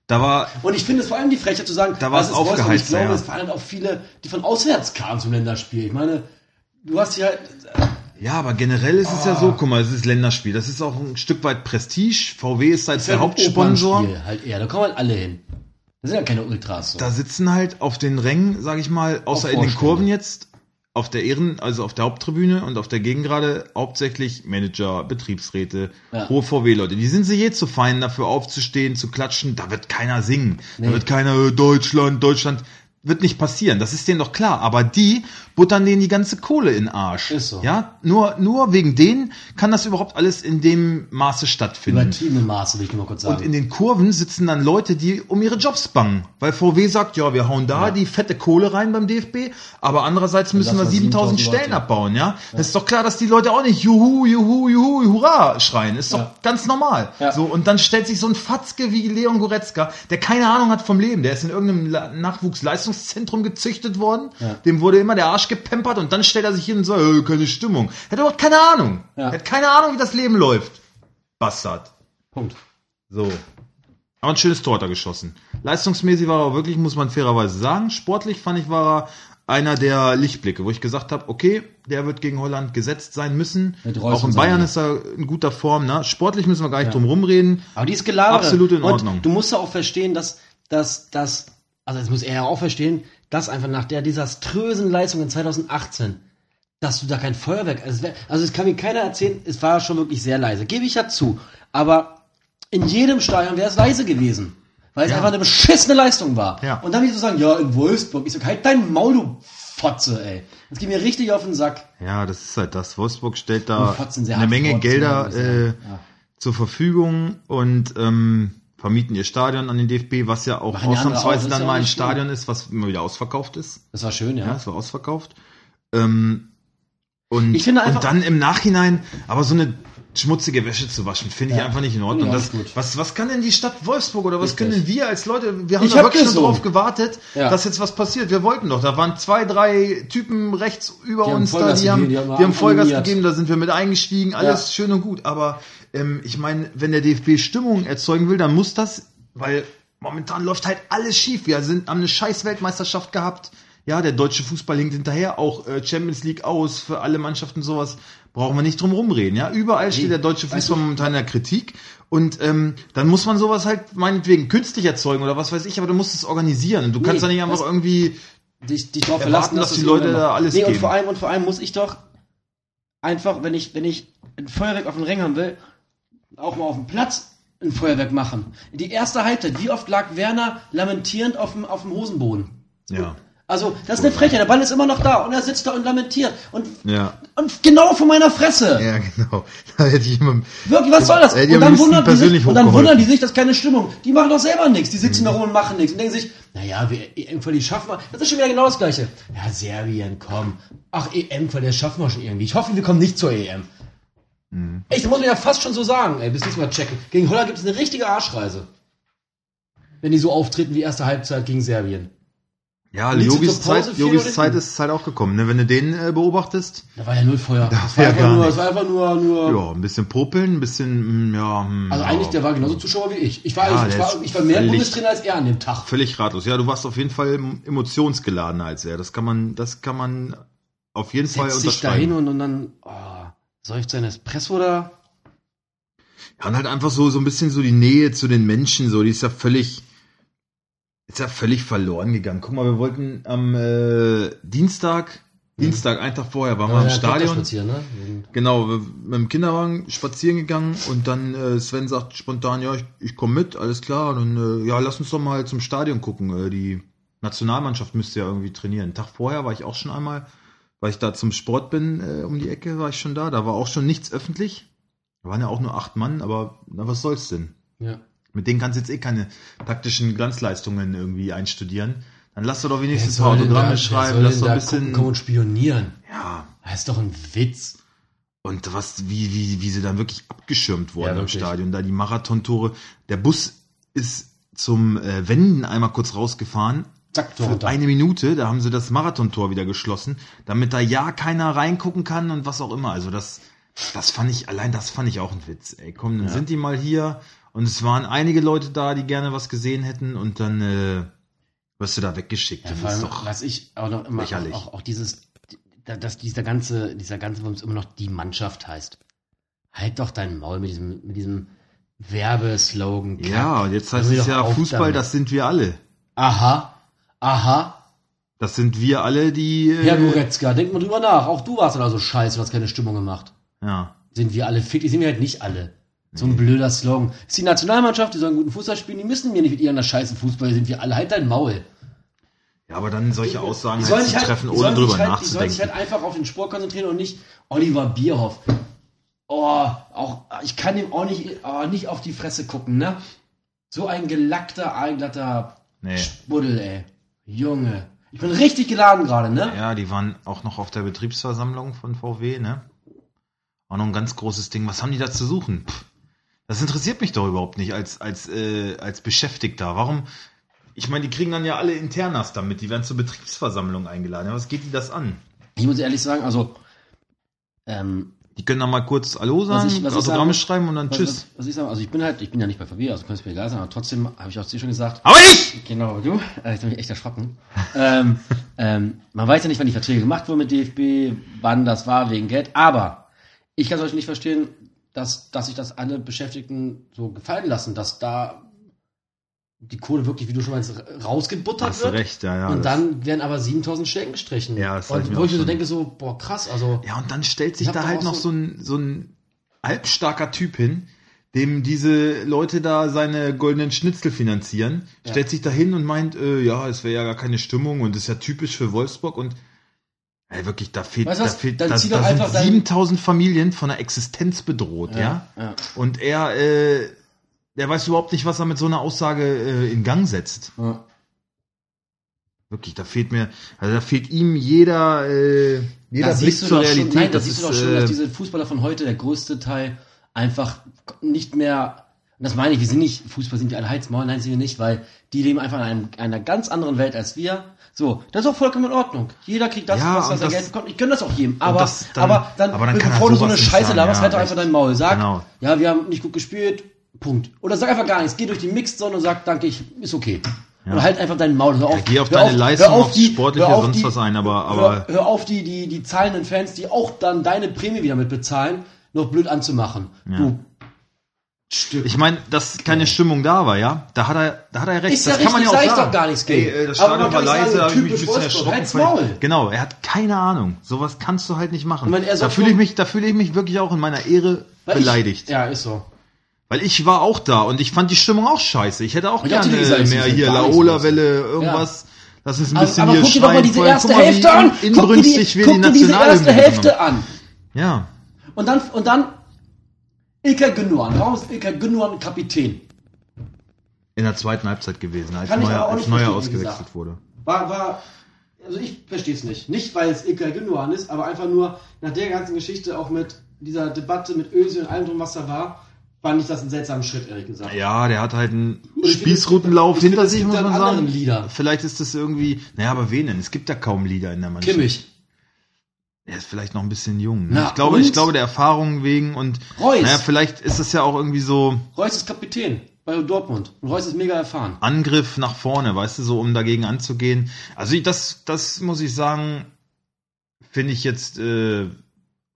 Da war, Und ich finde es vor allem die Frechheit zu sagen, Da war es das ist Wolfsburg. aufgeheizt, Ich glaube, ja. es waren halt auch viele, die von auswärts kamen zum Länderspiel. Ich meine, du hast ja, ja, aber generell ist es ja so, guck mal, es ist Länderspiel. Das ist auch ein Stück weit Prestige. VW ist halt der ein Hauptsponsor. Opernspiel Halt eher, da kommen halt alle hin. Das sind ja keine Ultras. So. Da sitzen halt auf den Rängen, sag ich mal, außer in den Vorstände. Kurven jetzt, auf der Ehren, also auf der Haupttribüne und auf der Gegengrade hauptsächlich Manager, Betriebsräte, Ja. hohe VW-Leute. Die sind sie je zu fein, dafür aufzustehen, zu klatschen. Da wird keiner singen. Da Nee. wird keiner äh, Deutschland, Deutschland. Wird nicht passieren, das ist denen doch klar. Aber die buttern denen die ganze Kohle in den Arsch. Ist so. Ja, nur, nur wegen denen kann das überhaupt alles in dem Maße stattfinden. Übertriebene Maße, will ich nur mal kurz sagen. Und in den Kurven sitzen dann Leute, die um ihre Jobs bangen. Weil VW sagt, ja, wir hauen da die fette Kohle rein beim DFB, aber andererseits müssen wir lassen wir 7000 Leute. Stellen abbauen, ja? Das ist doch klar, dass die Leute auch nicht juhu, juhu, juhu, hurra schreien. Ist doch Ja. ganz normal. Ja. So, und dann stellt sich so ein Fatzke wie Leon Goretzka, der keine Ahnung hat vom Leben. Der ist in irgendeinem La- Nachwuchsleistungszentrum gezüchtet worden. Ja. Dem wurde immer der Arsch gepempert und dann stellt er sich hin und sagt, äh, keine Stimmung. Er hat überhaupt keine Ahnung. Ja. Er hat keine Ahnung, wie das Leben läuft. Bastard. Punkt. So. Aber ein schönes Tor hat er geschossen. Leistungsmäßig war er auch wirklich, muss man fairerweise sagen. Sportlich fand ich, war er einer der Lichtblicke, wo ich gesagt habe, okay, der wird gegen Holland gesetzt sein müssen. Mit Reus Auch in und Bayern Sané. ist er in guter Form. Ne? Sportlich müssen wir gar nicht drum rumreden. Aber die ist gelabert. Absolut in Ordnung. Und du musst ja auch verstehen, dass, dass, dass, also das muss er ja auch verstehen, dass einfach nach der desaströsen Leistung in 2018, dass du da kein Feuerwerk, also es, wär, also es kann mir keiner erzählen, es war schon wirklich sehr leise, gebe ich ja zu. Aber in jedem Stadion wäre es leise gewesen. Weil es Ja. einfach eine beschissene Leistung war. Ja. Und dann wieder so sagen, ja, in Wolfsburg. Ich so, halt dein Maul, du Fotze, ey. Das geht mir richtig auf den Sack. Ja, das ist halt das. Wolfsburg stellt da Und Fotzen, sehr eine hart Menge Wort, Gelder muss ich äh, sagen. Ja. zur Verfügung und ähm, vermieten ihr Stadion an den DFB, was ja auch Machen die anderen auch, ausnahmsweise ist dann ja mal ein nicht schlimm. Stadion ist, was immer wieder ausverkauft ist. Das war schön, ja. Ja, es war ausverkauft. Ähm, und, Ich finde einfach- und dann im Nachhinein aber so eine schmutzige Wäsche zu waschen, finde ich Ja. einfach nicht in Ordnung. Ja, Das, ist gut. was, was kann denn die Stadt Wolfsburg oder was Richtig. können wir als Leute, wir haben Ich da hab wirklich schon gesungen. drauf gewartet, Ja. dass jetzt was passiert. Wir wollten doch, da waren zwei, drei Typen rechts über Die haben uns da, Vollgas die haben, gegeben, die die haben, haben Vollgas animiert. gegeben, da sind wir mit eingestiegen, alles schön und gut. Aber ähm, ich meine, wenn der DFB Stimmung erzeugen will, dann muss das, weil momentan läuft halt alles schief. Wir sind, haben eine scheiß Weltmeisterschaft gehabt. Ja, der deutsche Fußball hinkt hinterher, auch äh, Champions League aus für alle Mannschaften sowas. Brauchen wir nicht drum rumreden, ja. Überall steht der deutsche Fußball momentan in der Kritik. Und ähm, dann muss man sowas halt meinetwegen künstlich erzeugen oder was weiß ich, aber du musst es organisieren. Und du kannst da nicht einfach das- irgendwie. dich, dich darauf Erwarten, verlassen, dass es die Leute irgendwann macht. da alles nee, geben. Und vor, allem, und vor allem muss ich doch einfach, wenn ich, wenn ich ein Feuerwerk auf den Ring haben will, auch mal auf dem Platz ein Feuerwerk machen. Die erste Halbzeit, wie oft lag Werner lamentierend auf dem, auf dem Hosenboden? Ja. Also, das ist eine Frechheit. Der Ball ist immer noch da und er sitzt da und lamentiert. Und, Ja. und genau vor meiner Fresse. Ja, genau. Da hätte ich immer. Wirklich, was soll das? Ey, die und, haben am dann liebsten wundern die persönlich sich, und dann hochgeholt. wundern die sich, dass keine Stimmung. Die machen doch selber nichts. Die sitzen da rum und machen nichts und denken sich, naja, wir E EM-Quali schaffen wir. Das ist schon wieder genau das Gleiche. Ja, Serbien, komm. Ach, E EM-Quali, das schaffen wir schon irgendwie. Ich hoffe, wir kommen nicht zur EM. Mhm. Echt, das muss man ja fast schon so sagen, ey, bis diesmal mal checken. Gegen Holland gibt es eine richtige Arschreise. Wenn die so auftreten wie erste Halbzeit gegen Serbien. Ja, Willst du Yogis zur Pause Zeit, vier Yogis Minuten? Zeit ist halt auch gekommen. Ne? Wenn du den äh, beobachtest, Da war ja null Feuer. Das war ja einfach gar nur, nichts. das war einfach nur, nur ja, ein bisschen popeln, ein bisschen, mm, ja. mm, Also ja, eigentlich, der war genauso Zuschauer wie ich. Ich war, Ja, ich, der war, ist ich war mehr völlig- Bundestrainer als er an dem Tag. völlig ratlos. Ja, du warst auf jeden Fall emotionsgeladener als er. Das kann man, das kann man auf jeden Fall setzt sich dahin unterschreiben. und, und dann oh, säuft sein Espresso da. Ja, und halt einfach so so ein bisschen so die Nähe zu den Menschen, so die ist ja völlig, ist ja völlig verloren gegangen. Guck mal, wir wollten am äh, Dienstag, Mhm. Dienstag, einen Tag vorher, waren wir im Stadion. Spazieren, ne? Und Genau, wir- mit dem Kinderwagen spazieren gegangen und dann äh, Sven sagt spontan, ja, ich, ich komme mit, alles klar. Und dann, äh, ja, lass uns doch mal zum Stadion gucken. Äh, die Nationalmannschaft müsste ja irgendwie trainieren. Einen Tag vorher war ich auch schon einmal, weil ich da zum Sport bin, äh, um die Ecke war ich schon da. Da war auch schon nichts öffentlich. Da waren ja auch nur acht Mann, aber na, was soll's denn? Ja. Mit denen kannst du jetzt eh keine taktischen Glanzleistungen irgendwie einstudieren. Dann lass doch doch wenigstens ein Wer paar soll denn da- Autogramme wer schreiben, soll lass denn doch ein da bisschen. gucken, Kommen und spionieren. Ja, Das ist doch ein Witz. und was, wie, wie, wie sie dann wirklich abgeschirmt wurden Ja, im wirklich. Stadion, da die Marathontore. Der Bus ist zum äh, Wenden einmal kurz rausgefahren. Zack, Tor Für runter. eine Minute, da haben sie das Marathontor wieder geschlossen, damit da ja keiner reingucken kann und was auch immer. Also das, das fand ich, allein das fand ich auch ein Witz. Ey, komm, dann Ja. sind die mal hier und es waren einige Leute da, die gerne was gesehen hätten und dann äh, wirst du da weggeschickt. Ja, vor das allem, ist doch was ich auch noch immer, lächerlich. auch, auch dieses, da- dass dieser ganze, dieser ganze, warum es immer noch die Mannschaft heißt. Halt doch dein Maul mit diesem, mit diesem Werbeslogan. ja, und jetzt heißt Hör mir es doch ja, auf Fußball, damit. das sind wir alle. Aha, aha. Das sind wir alle, die. Äh, Herr Goretzka, denk mal drüber nach. Auch du warst oder so scheiße und hast keine Stimmung gemacht. ja. Sind wir alle fit? Die sind wir halt nicht alle. So ein blöder Slogan. Ist die Nationalmannschaft, die sollen guten Fußball spielen, die müssen mir nicht mit ihren scheißen Fußball, sind wir alle halt dein Maul. Ja, aber dann solche Die Aussagen sollen halt zu sich halt, treffen, die ohne sollen drüber sich halt, Die sollen nachzudenken. sich halt einfach auf den Sport konzentrieren und nicht Oliver Bierhoff. Oh, auch, ich kann ihm auch nicht, oh, nicht auf die Fresse gucken, ne? So ein gelackter, einglatter nee. Spuddel, ey. Junge. Ich bin richtig geladen gerade, ne? Ja, die waren auch noch auf der Betriebsversammlung von VW, ne? Auch noch ein ganz großes Ding. Was haben die da zu suchen? Pff, das interessiert mich doch überhaupt nicht als, als, äh, als Beschäftigter. Warum? Ich meine, die kriegen dann ja alle Internas damit. Die werden zur Betriebsversammlung eingeladen. Ja, was geht die das an? Ich muss ehrlich sagen, also, ähm, Die können dann mal kurz Hallo sagen, ich- was ich Autogramme sagen- schreiben und dann was, Tschüss. Was, was ich sagen, also ich bin halt, ich bin ja nicht bei VW, also kann es mir egal sein, aber trotzdem habe ich auch dir schon gesagt, Aber ich! Genau, du. Äh, Jetzt bin ich echt erschrocken. ähm, ähm, man weiß ja nicht, wann die Verträge gemacht wurden mit DFB, wann das war, wegen Geld. Aber ich kann es euch nicht verstehen, dass, dass sich das alle Beschäftigten so gefallen lassen, dass da die Kohle wirklich, wie du schon meinst, rausgebuttert Hast du wird. recht, ja, ja. und das- dann werden aber 7000 Stellen gestrichen. Ja, das hab ich und mir wo auch ich mir so schon- denke, so, boah, krass, also. Ja, und dann stellt sich Ich hab da doch halt auch noch so- so ein, so ein halbstarker Typ hin, dem diese Leute da seine goldenen Schnitzel finanzieren, Ja. stellt sich da hin und meint, äh, ja, es wäre ja gar keine Stimmung und ist ja typisch für Wolfsburg und ey, wirklich, da fehlt, Weißt du da, was? fehlt Dann da, zieh doch da einfach sind dein- 7000 Familien von der Existenz bedroht, ja. äh, ja. Und er, äh, der weiß überhaupt nicht, was er mit so einer Aussage äh, in Gang setzt. ja. Wirklich, da fehlt mir, also da fehlt ihm jeder, äh, jeder da Blick siehst du zur doch Realität. Schon, nein, da Das siehst du ist, doch schon, äh, dass diese Fußballer von heute, der größte Teil, einfach nicht mehr. Und das meine ich, wir sind nicht, Fußball sind wir alle Heizmauer, nein, sind wir nicht, weil die leben einfach in einem, einer ganz anderen Welt als wir. So, das ist auch vollkommen in Ordnung. Jeder kriegt das, Ja, was und er das- Geld bekommt. Ich gönne das auch jedem. Aber, das dann- aber, dann, aber dann kann er bevor du so sowas eine nicht Scheiße sagen, laberst, ja, halt doch echt. einfach dein Maul. Sag, Genau. ja, wir haben nicht gut gespielt, Punkt. Oder sag einfach gar nichts. Geh durch die Mixzone und sag, danke, ich, ist okay. Und halt einfach dein Maul. Hör auf, Ja, geh auf hör deine Leistung, hör auf sportliche, hör sonst was ein, aber- aber- hör, hör auf, die, die, die zahlenden Fans, die auch dann deine Prämie wieder mit bezahlen, noch blöd anzumachen. Ja. Du Stück. Ich meine, dass keine Stimmung da war, ja? Da hat er, da hat er recht. Ist das ja kann man ja richtig, auch sag sagen. ich doch gar nichts Ey, gegen. äh, das Aber Stadion man war kann nicht leise, sagen, da habe ich mich ein typisch bisschen Wolfsburg, erschrocken. halt's weil- Maul. Genau, er hat keine Ahnung. Sowas kannst du halt nicht machen. Und wenn er Da sagt, fühle so- ich mich, da fühle ich mich wirklich auch in meiner Ehre Weil beleidigt. Ich, ja, ist so. Weil ich war auch da und ich fand die Stimmung auch scheiße. Ich hätte auch Ich hab gerne dir gesagt, es mehr ist hier gar nichts Laola-Welle, irgendwas. Lass uns ein Aber, bisschen aber hier guck dir doch mal schreien diese vorher. erste Guck mal, wie Hälfte an. in- Guck dir Inbrünstig die, wir die guck dir diese erste Nationalhymne Hälfte genommen an. haben. Ja. Und dann, und dann Ilkay Gündogan. Warum ist Ilkay Gündogan Kapitän? In der zweiten Halbzeit gewesen, als Kann ich neuer, aber auch als nicht neuer verstehen, wie gesagt. ausgewechselt wurde. War, war, also ich verstehe es nicht. Nicht, weil es Ilkay Gündogan ist, aber einfach nur nach der ganzen Geschichte, auch mit dieser Debatte mit Özil und allem drum, was da war, fand ich das einen seltsamen Schritt, ehrlich gesagt. Ja, der hat halt einen Und ich finde, Spießrutenlauf ich finde, hinter es sich, gibt muss da man einen sagen. anderen Lieder. Vielleicht ist das irgendwie. Naja, aber wen denn? Es gibt ja kaum Lieder in der Mannschaft. Kimmich, Er ist vielleicht noch ein bisschen jung. Ne? Na, ich, glaube, und? ich glaube, der Erfahrung wegen und. Reus. Naja, vielleicht ist das ja auch irgendwie so Reus ist Kapitän bei Dortmund und Reus ist mega erfahren. Angriff nach vorne, weißt du, so um dagegen anzugehen. Also ich- das, das muss ich sagen, finde ich jetzt. Äh,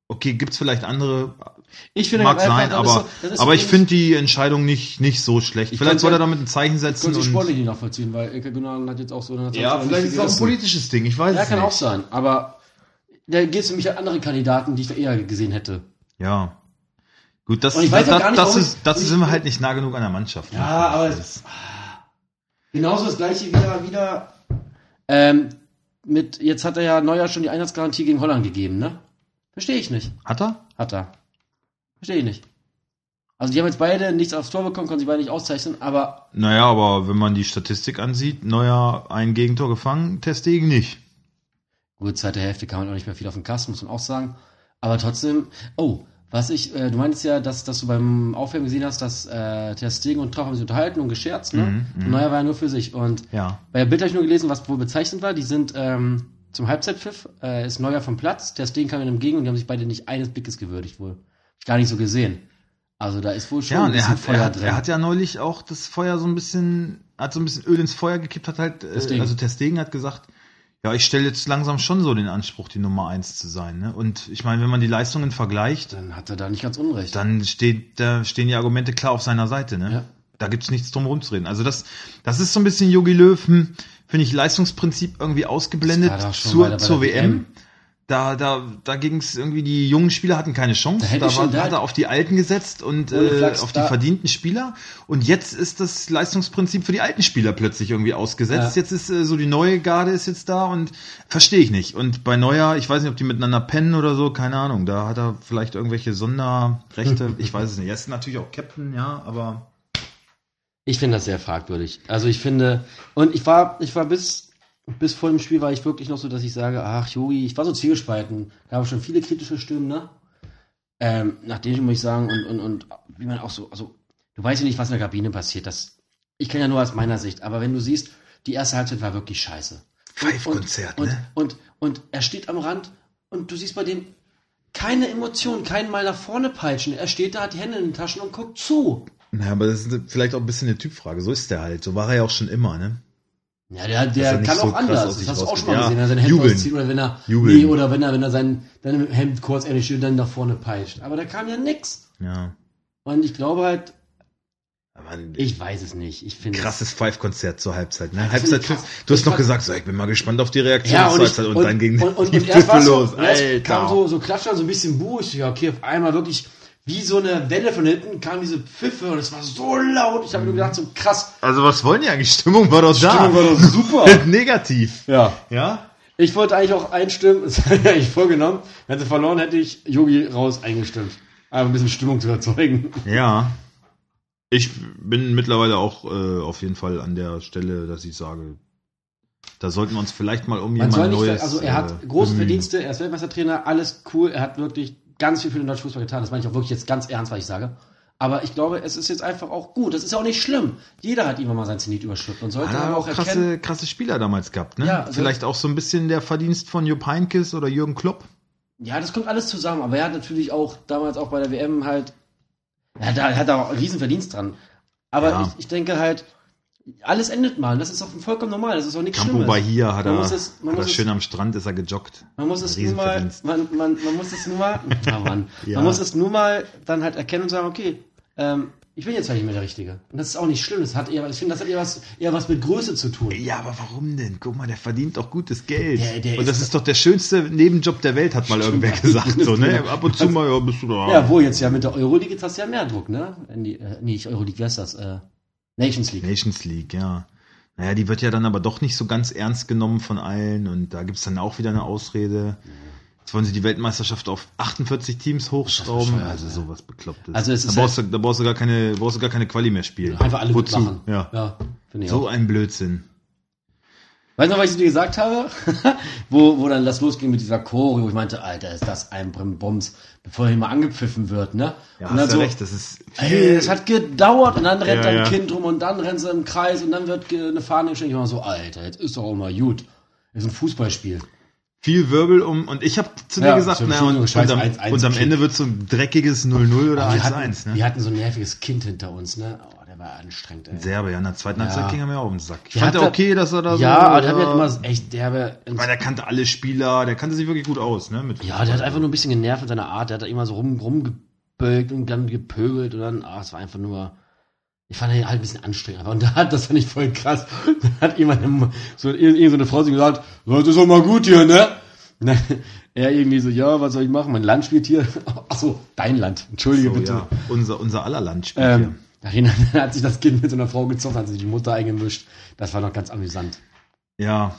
okay, gibt's vielleicht andere Ich finde Mag ganz einfach, sein, das ist aber, so- das ist aber so ich finde die Entscheidung nicht, nicht so schlecht. Ich Vielleicht kann's soll er ja- damit ein Zeichen setzen. Können Sie Und, sportlich nicht nachvollziehen, weil Ilka Gündogan hat jetzt auch so eine ja, nicht vielleicht ist es auch ein gerissen. politisches Ding, ich weiß Ja, es kann nicht. auch sein, aber da gibt es nämlich andere Kandidaten, die ich da eher gesehen hätte. Ja. Gut, das, Und ich das, weiß auch gar das, nicht, warum ist, ich- das sind wir halt nicht nah genug an der Mannschaft. ne? Ja, aber es ist genauso das gleiche wieder, wieder ähm, mit, jetzt hat er ja Neuer schon die Einsatzgarantie gegen Holland gegeben, ne? Verstehe ich nicht. Hat er? Hat er. Verstehe ich nicht. Also die haben jetzt beide nichts aufs Tor bekommen, konnten sich beide nicht auszeichnen, aber Naja, aber wenn man die Statistik ansieht, Neuer ein Gegentor gefangen, Testegen nicht. gut, zweite Hälfte kam halt auch nicht mehr viel auf den Kasten, muss man auch sagen. Aber trotzdem, oh, was ich, äh, du meinst ja, dass, dass du beim Aufwärmen gesehen hast, dass äh, Ter Stegen und Trauch haben sich unterhalten und gescherzt, ne? Mhm, mhm. und Neuer war ja nur für sich und Ja. Bei Bild habe ich nur gelesen, was wohl bezeichnet war. Die sind ähm, zum Halbzeitpfiff, äh, ist Neuer vom Platz, der Steen kam ihm entgegen und die haben sich beide nicht eines Blickes gewürdigt wohl. Hab ich gar nicht so gesehen. Also da ist wohl schon Ja, ein und er bisschen hat, Feuer er, hat, drin. er hat ja neulich auch das Feuer so ein bisschen, hat so ein bisschen Öl ins Feuer gekippt, hat halt, äh, Testegen. also Testegen hat gesagt, ja, ich stelle jetzt langsam schon so den Anspruch, die Nummer eins zu sein. Ne? Und ich meine, wenn man die Leistungen vergleicht, Dann hat er da nicht ganz Unrecht. dann steht, da stehen die Argumente klar auf seiner Seite. Ne? Ja. Da gibt's nichts drum rumzureden. Also das, das ist so ein bisschen Jogi Löw, hm, finde ich, Leistungsprinzip irgendwie ausgeblendet Das war doch schon mal bei zur, der zur WM. WM. Da, da, da ging's irgendwie, die jungen Spieler hatten keine Chance. Da hätte ich war, schon- da- hat er auf die Alten gesetzt und Ohne äh, Flachs, auf die da- verdienten Spieler. Und jetzt ist das Leistungsprinzip für die alten Spieler plötzlich irgendwie ausgesetzt. Ja. Jetzt ist äh, so die neue Garde ist jetzt da und verstehe ich nicht. Und bei Neuer, ich weiß nicht, ob die miteinander pennen oder so, keine Ahnung. Da hat er vielleicht irgendwelche Sonderrechte. ich weiß es nicht. Er ist natürlich auch Captain, ja, aber Ich finde das sehr fragwürdig. Also ich finde, und ich war, ich war bis, bis vor dem Spiel war ich wirklich noch so, dass ich sage, ach Jogi, ich war so zwiegespalten. Gab schon viele kritische Stimmen, ne? Ähm, nach denen muss ich sagen, und, und, und wie man auch so, also du weißt ja nicht, was in der Kabine passiert. Das, ich kann ja nur aus meiner Sicht, aber wenn du siehst, die erste Halbzeit war wirklich scheiße. Pfeifkonzert, und, ne? Und, und, und er steht am Rand und du siehst bei dem keine Emotion, keinen Mal nach vorne peitschen. Er steht da, hat die Hände in den Taschen und guckt zu. Ja, aber das ist vielleicht auch ein bisschen eine Typfrage. So ist der halt. So war er ja auch schon immer, ne? Ja, der, Dass er der nicht kann so auch krass aus anders. sich Das hast du auch schon mal rausgeht. gesehen, wenn Ja, er sein Hemd jubeln. auszieht oder wenn er Jubeln. nee, oder wenn er, wenn er sein dann im Hemd kurz ehrlich schön dann nach vorne peitscht. Aber da kam ja nix. Ja. Und ich glaube halt, Aber ein ich weiß es nicht. Ich finde krasses Pfeifkonzert zur Halbzeit, ne? Das finde Halbzeit. ich krass. Du hast Ich noch fand- gesagt, so, ich bin mal gespannt auf die Reaktion ja, zur und, ich, Halbzeit und, dann ging und, und, die und erst Pfiffe war's so, los. und erst kam Alter. so, so Klatscher, so ein bisschen Buh. Ich so, ja, okay, auf einmal wirklich wie so eine Welle von hinten kamen diese Pfiffe und es war so laut. Ich habe nur gedacht, so krass. Also was wollen die eigentlich? Stimmung war doch da. Stimmung war doch super. Negativ. Ja. Ja? Ich wollte eigentlich auch einstimmen, das hatte ich eigentlich vorgenommen. Hätte verloren, hätte ich Yogi raus eingestimmt. Einfach ein bisschen Stimmung zu erzeugen. Ja. Ich bin mittlerweile auch äh, auf jeden Fall an der Stelle, dass ich sage, da sollten wir uns vielleicht mal um Man jemand soll nicht, Neues. also äh, er hat große bemühen. Verdienste, er ist Weltmeistertrainer, alles cool, er hat wirklich ganz viel für den deutschen Fußball getan. Das meine ich auch wirklich jetzt ganz ernst, was ich sage. Aber ich glaube, es ist jetzt einfach auch gut. Das ist ja auch nicht schlimm. Jeder hat immer mal sein Zenit überschritten und sollte Hat aber er auch auch erkennen. krasse, krasse Spieler damals gehabt, ne? Ja, also- Vielleicht auch so ein bisschen der Verdienst von Jupp Heynckes oder Jürgen Klopp. Ja, das kommt alles zusammen. Aber er hat natürlich auch damals auch bei der WM halt, ja, da hat er auch einen riesen Verdienst dran. Aber Ja. ich, ich denke halt, alles endet mal. Und Das ist auch vollkommen normal. Das ist auch nichts Campo Schlimmes. Bahia hat Man er, muss es- man hat er muss es- schön am Strand, ist er gejoggt. Man muss es nur mal, Riesenverdienst. man, man, man muss es nur mal, Ah, Mann. Ja. man muss es nur mal dann halt erkennen und sagen, okay, ähm, ich bin jetzt vielleicht nicht mehr der Richtige. Und das ist auch nicht schlimm. Das hat eher, ich finde, das hat eher was, eher was mit Größe zu tun. Ja, aber warum denn? Guck mal, der verdient doch gutes Geld. Der- der und das ist- ist doch der schönste Nebenjob der Welt, hat mal irgendwer gesagt. So, ne? Ab und zu mal, ja, bist du da. Ja, wo jetzt ja mit der Euroleague jetzt hast du ja mehr Druck, ne? In die, äh, nee, nicht Euroleague, wer ist das? Äh, Nations League. Nations League, ja. Naja, die wird ja dann aber doch nicht so ganz ernst genommen von allen und da gibt's dann auch wieder eine Ausrede. Jetzt wollen sie die Weltmeisterschaft auf 48 Teams hochschrauben. bescheuert, also sowas beklopptes. Also es da, ist brauchst du, da brauchst du gar keine, brauchst du gar keine Quali mehr spielen. Einfach alle Wozu? mitmachen. Ja. finde ich auch. So ein Blödsinn. Weißt du noch, was ich dir gesagt habe? wo, wo dann das losging mit dieser Choreo. Ich meinte, Alter, ist das ein Brimbums, bevor hier mal angepfiffen wird, ne? Ja, und dann hast so, Äh, du recht, das ist Ey, das hat gedauert und dann rennt Ja, ein ja. Kind rum und dann rennt sie im Kreis und dann wird ge- eine Fahne gestellt. Ich war so, Alter, jetzt ist doch auch mal gut. Das ist ein Fußballspiel. viel Wirbel um und ich habe zu dir Ja, gesagt, so na, Entschuldigung, und, scheiß und, am, 1-1 und am Kick. Ende wird so ein dreckiges 0-0 oder wir, hatten, 1-1. wir Ne? hatten so ein nerviges Kind hinter uns, ne? Oh, der war anstrengend, ey. Serbe, ja, in der zweiten Halbzeit Ja. ging er mir auch auf den Sack. Ich Der fand hat ja da- okay, dass er da so... ja, aber der hat ja, halt immer echt derbe. Weil der kannte alle Spieler, der kannte sich wirklich gut aus, ne? Mit Ja, der hat einfach nur ein bisschen genervt mit seiner Art. Der hat da immer so rum, rumge rumgebölkt und dann gepöbelt und dann, ah, es war einfach nur. Ich fand den halt ein bisschen anstrengend, aber und da hat das fand ich voll krass. Dann hat jemand im- so, ir- irgend so eine Frau so gesagt, Leute, ist doch mal gut hier, ne? Und dann, er irgendwie so, ja, was soll ich machen? Mein Land spielt hier. Achso, dein Land. Entschuldige So, bitte. ja. Unser, unser aller Land spielt Ähm, Darin hat sich das Kind mit so einer Frau gezogen, hat sich die Mutter eingemischt. Das war noch ganz amüsant. hier. Ja.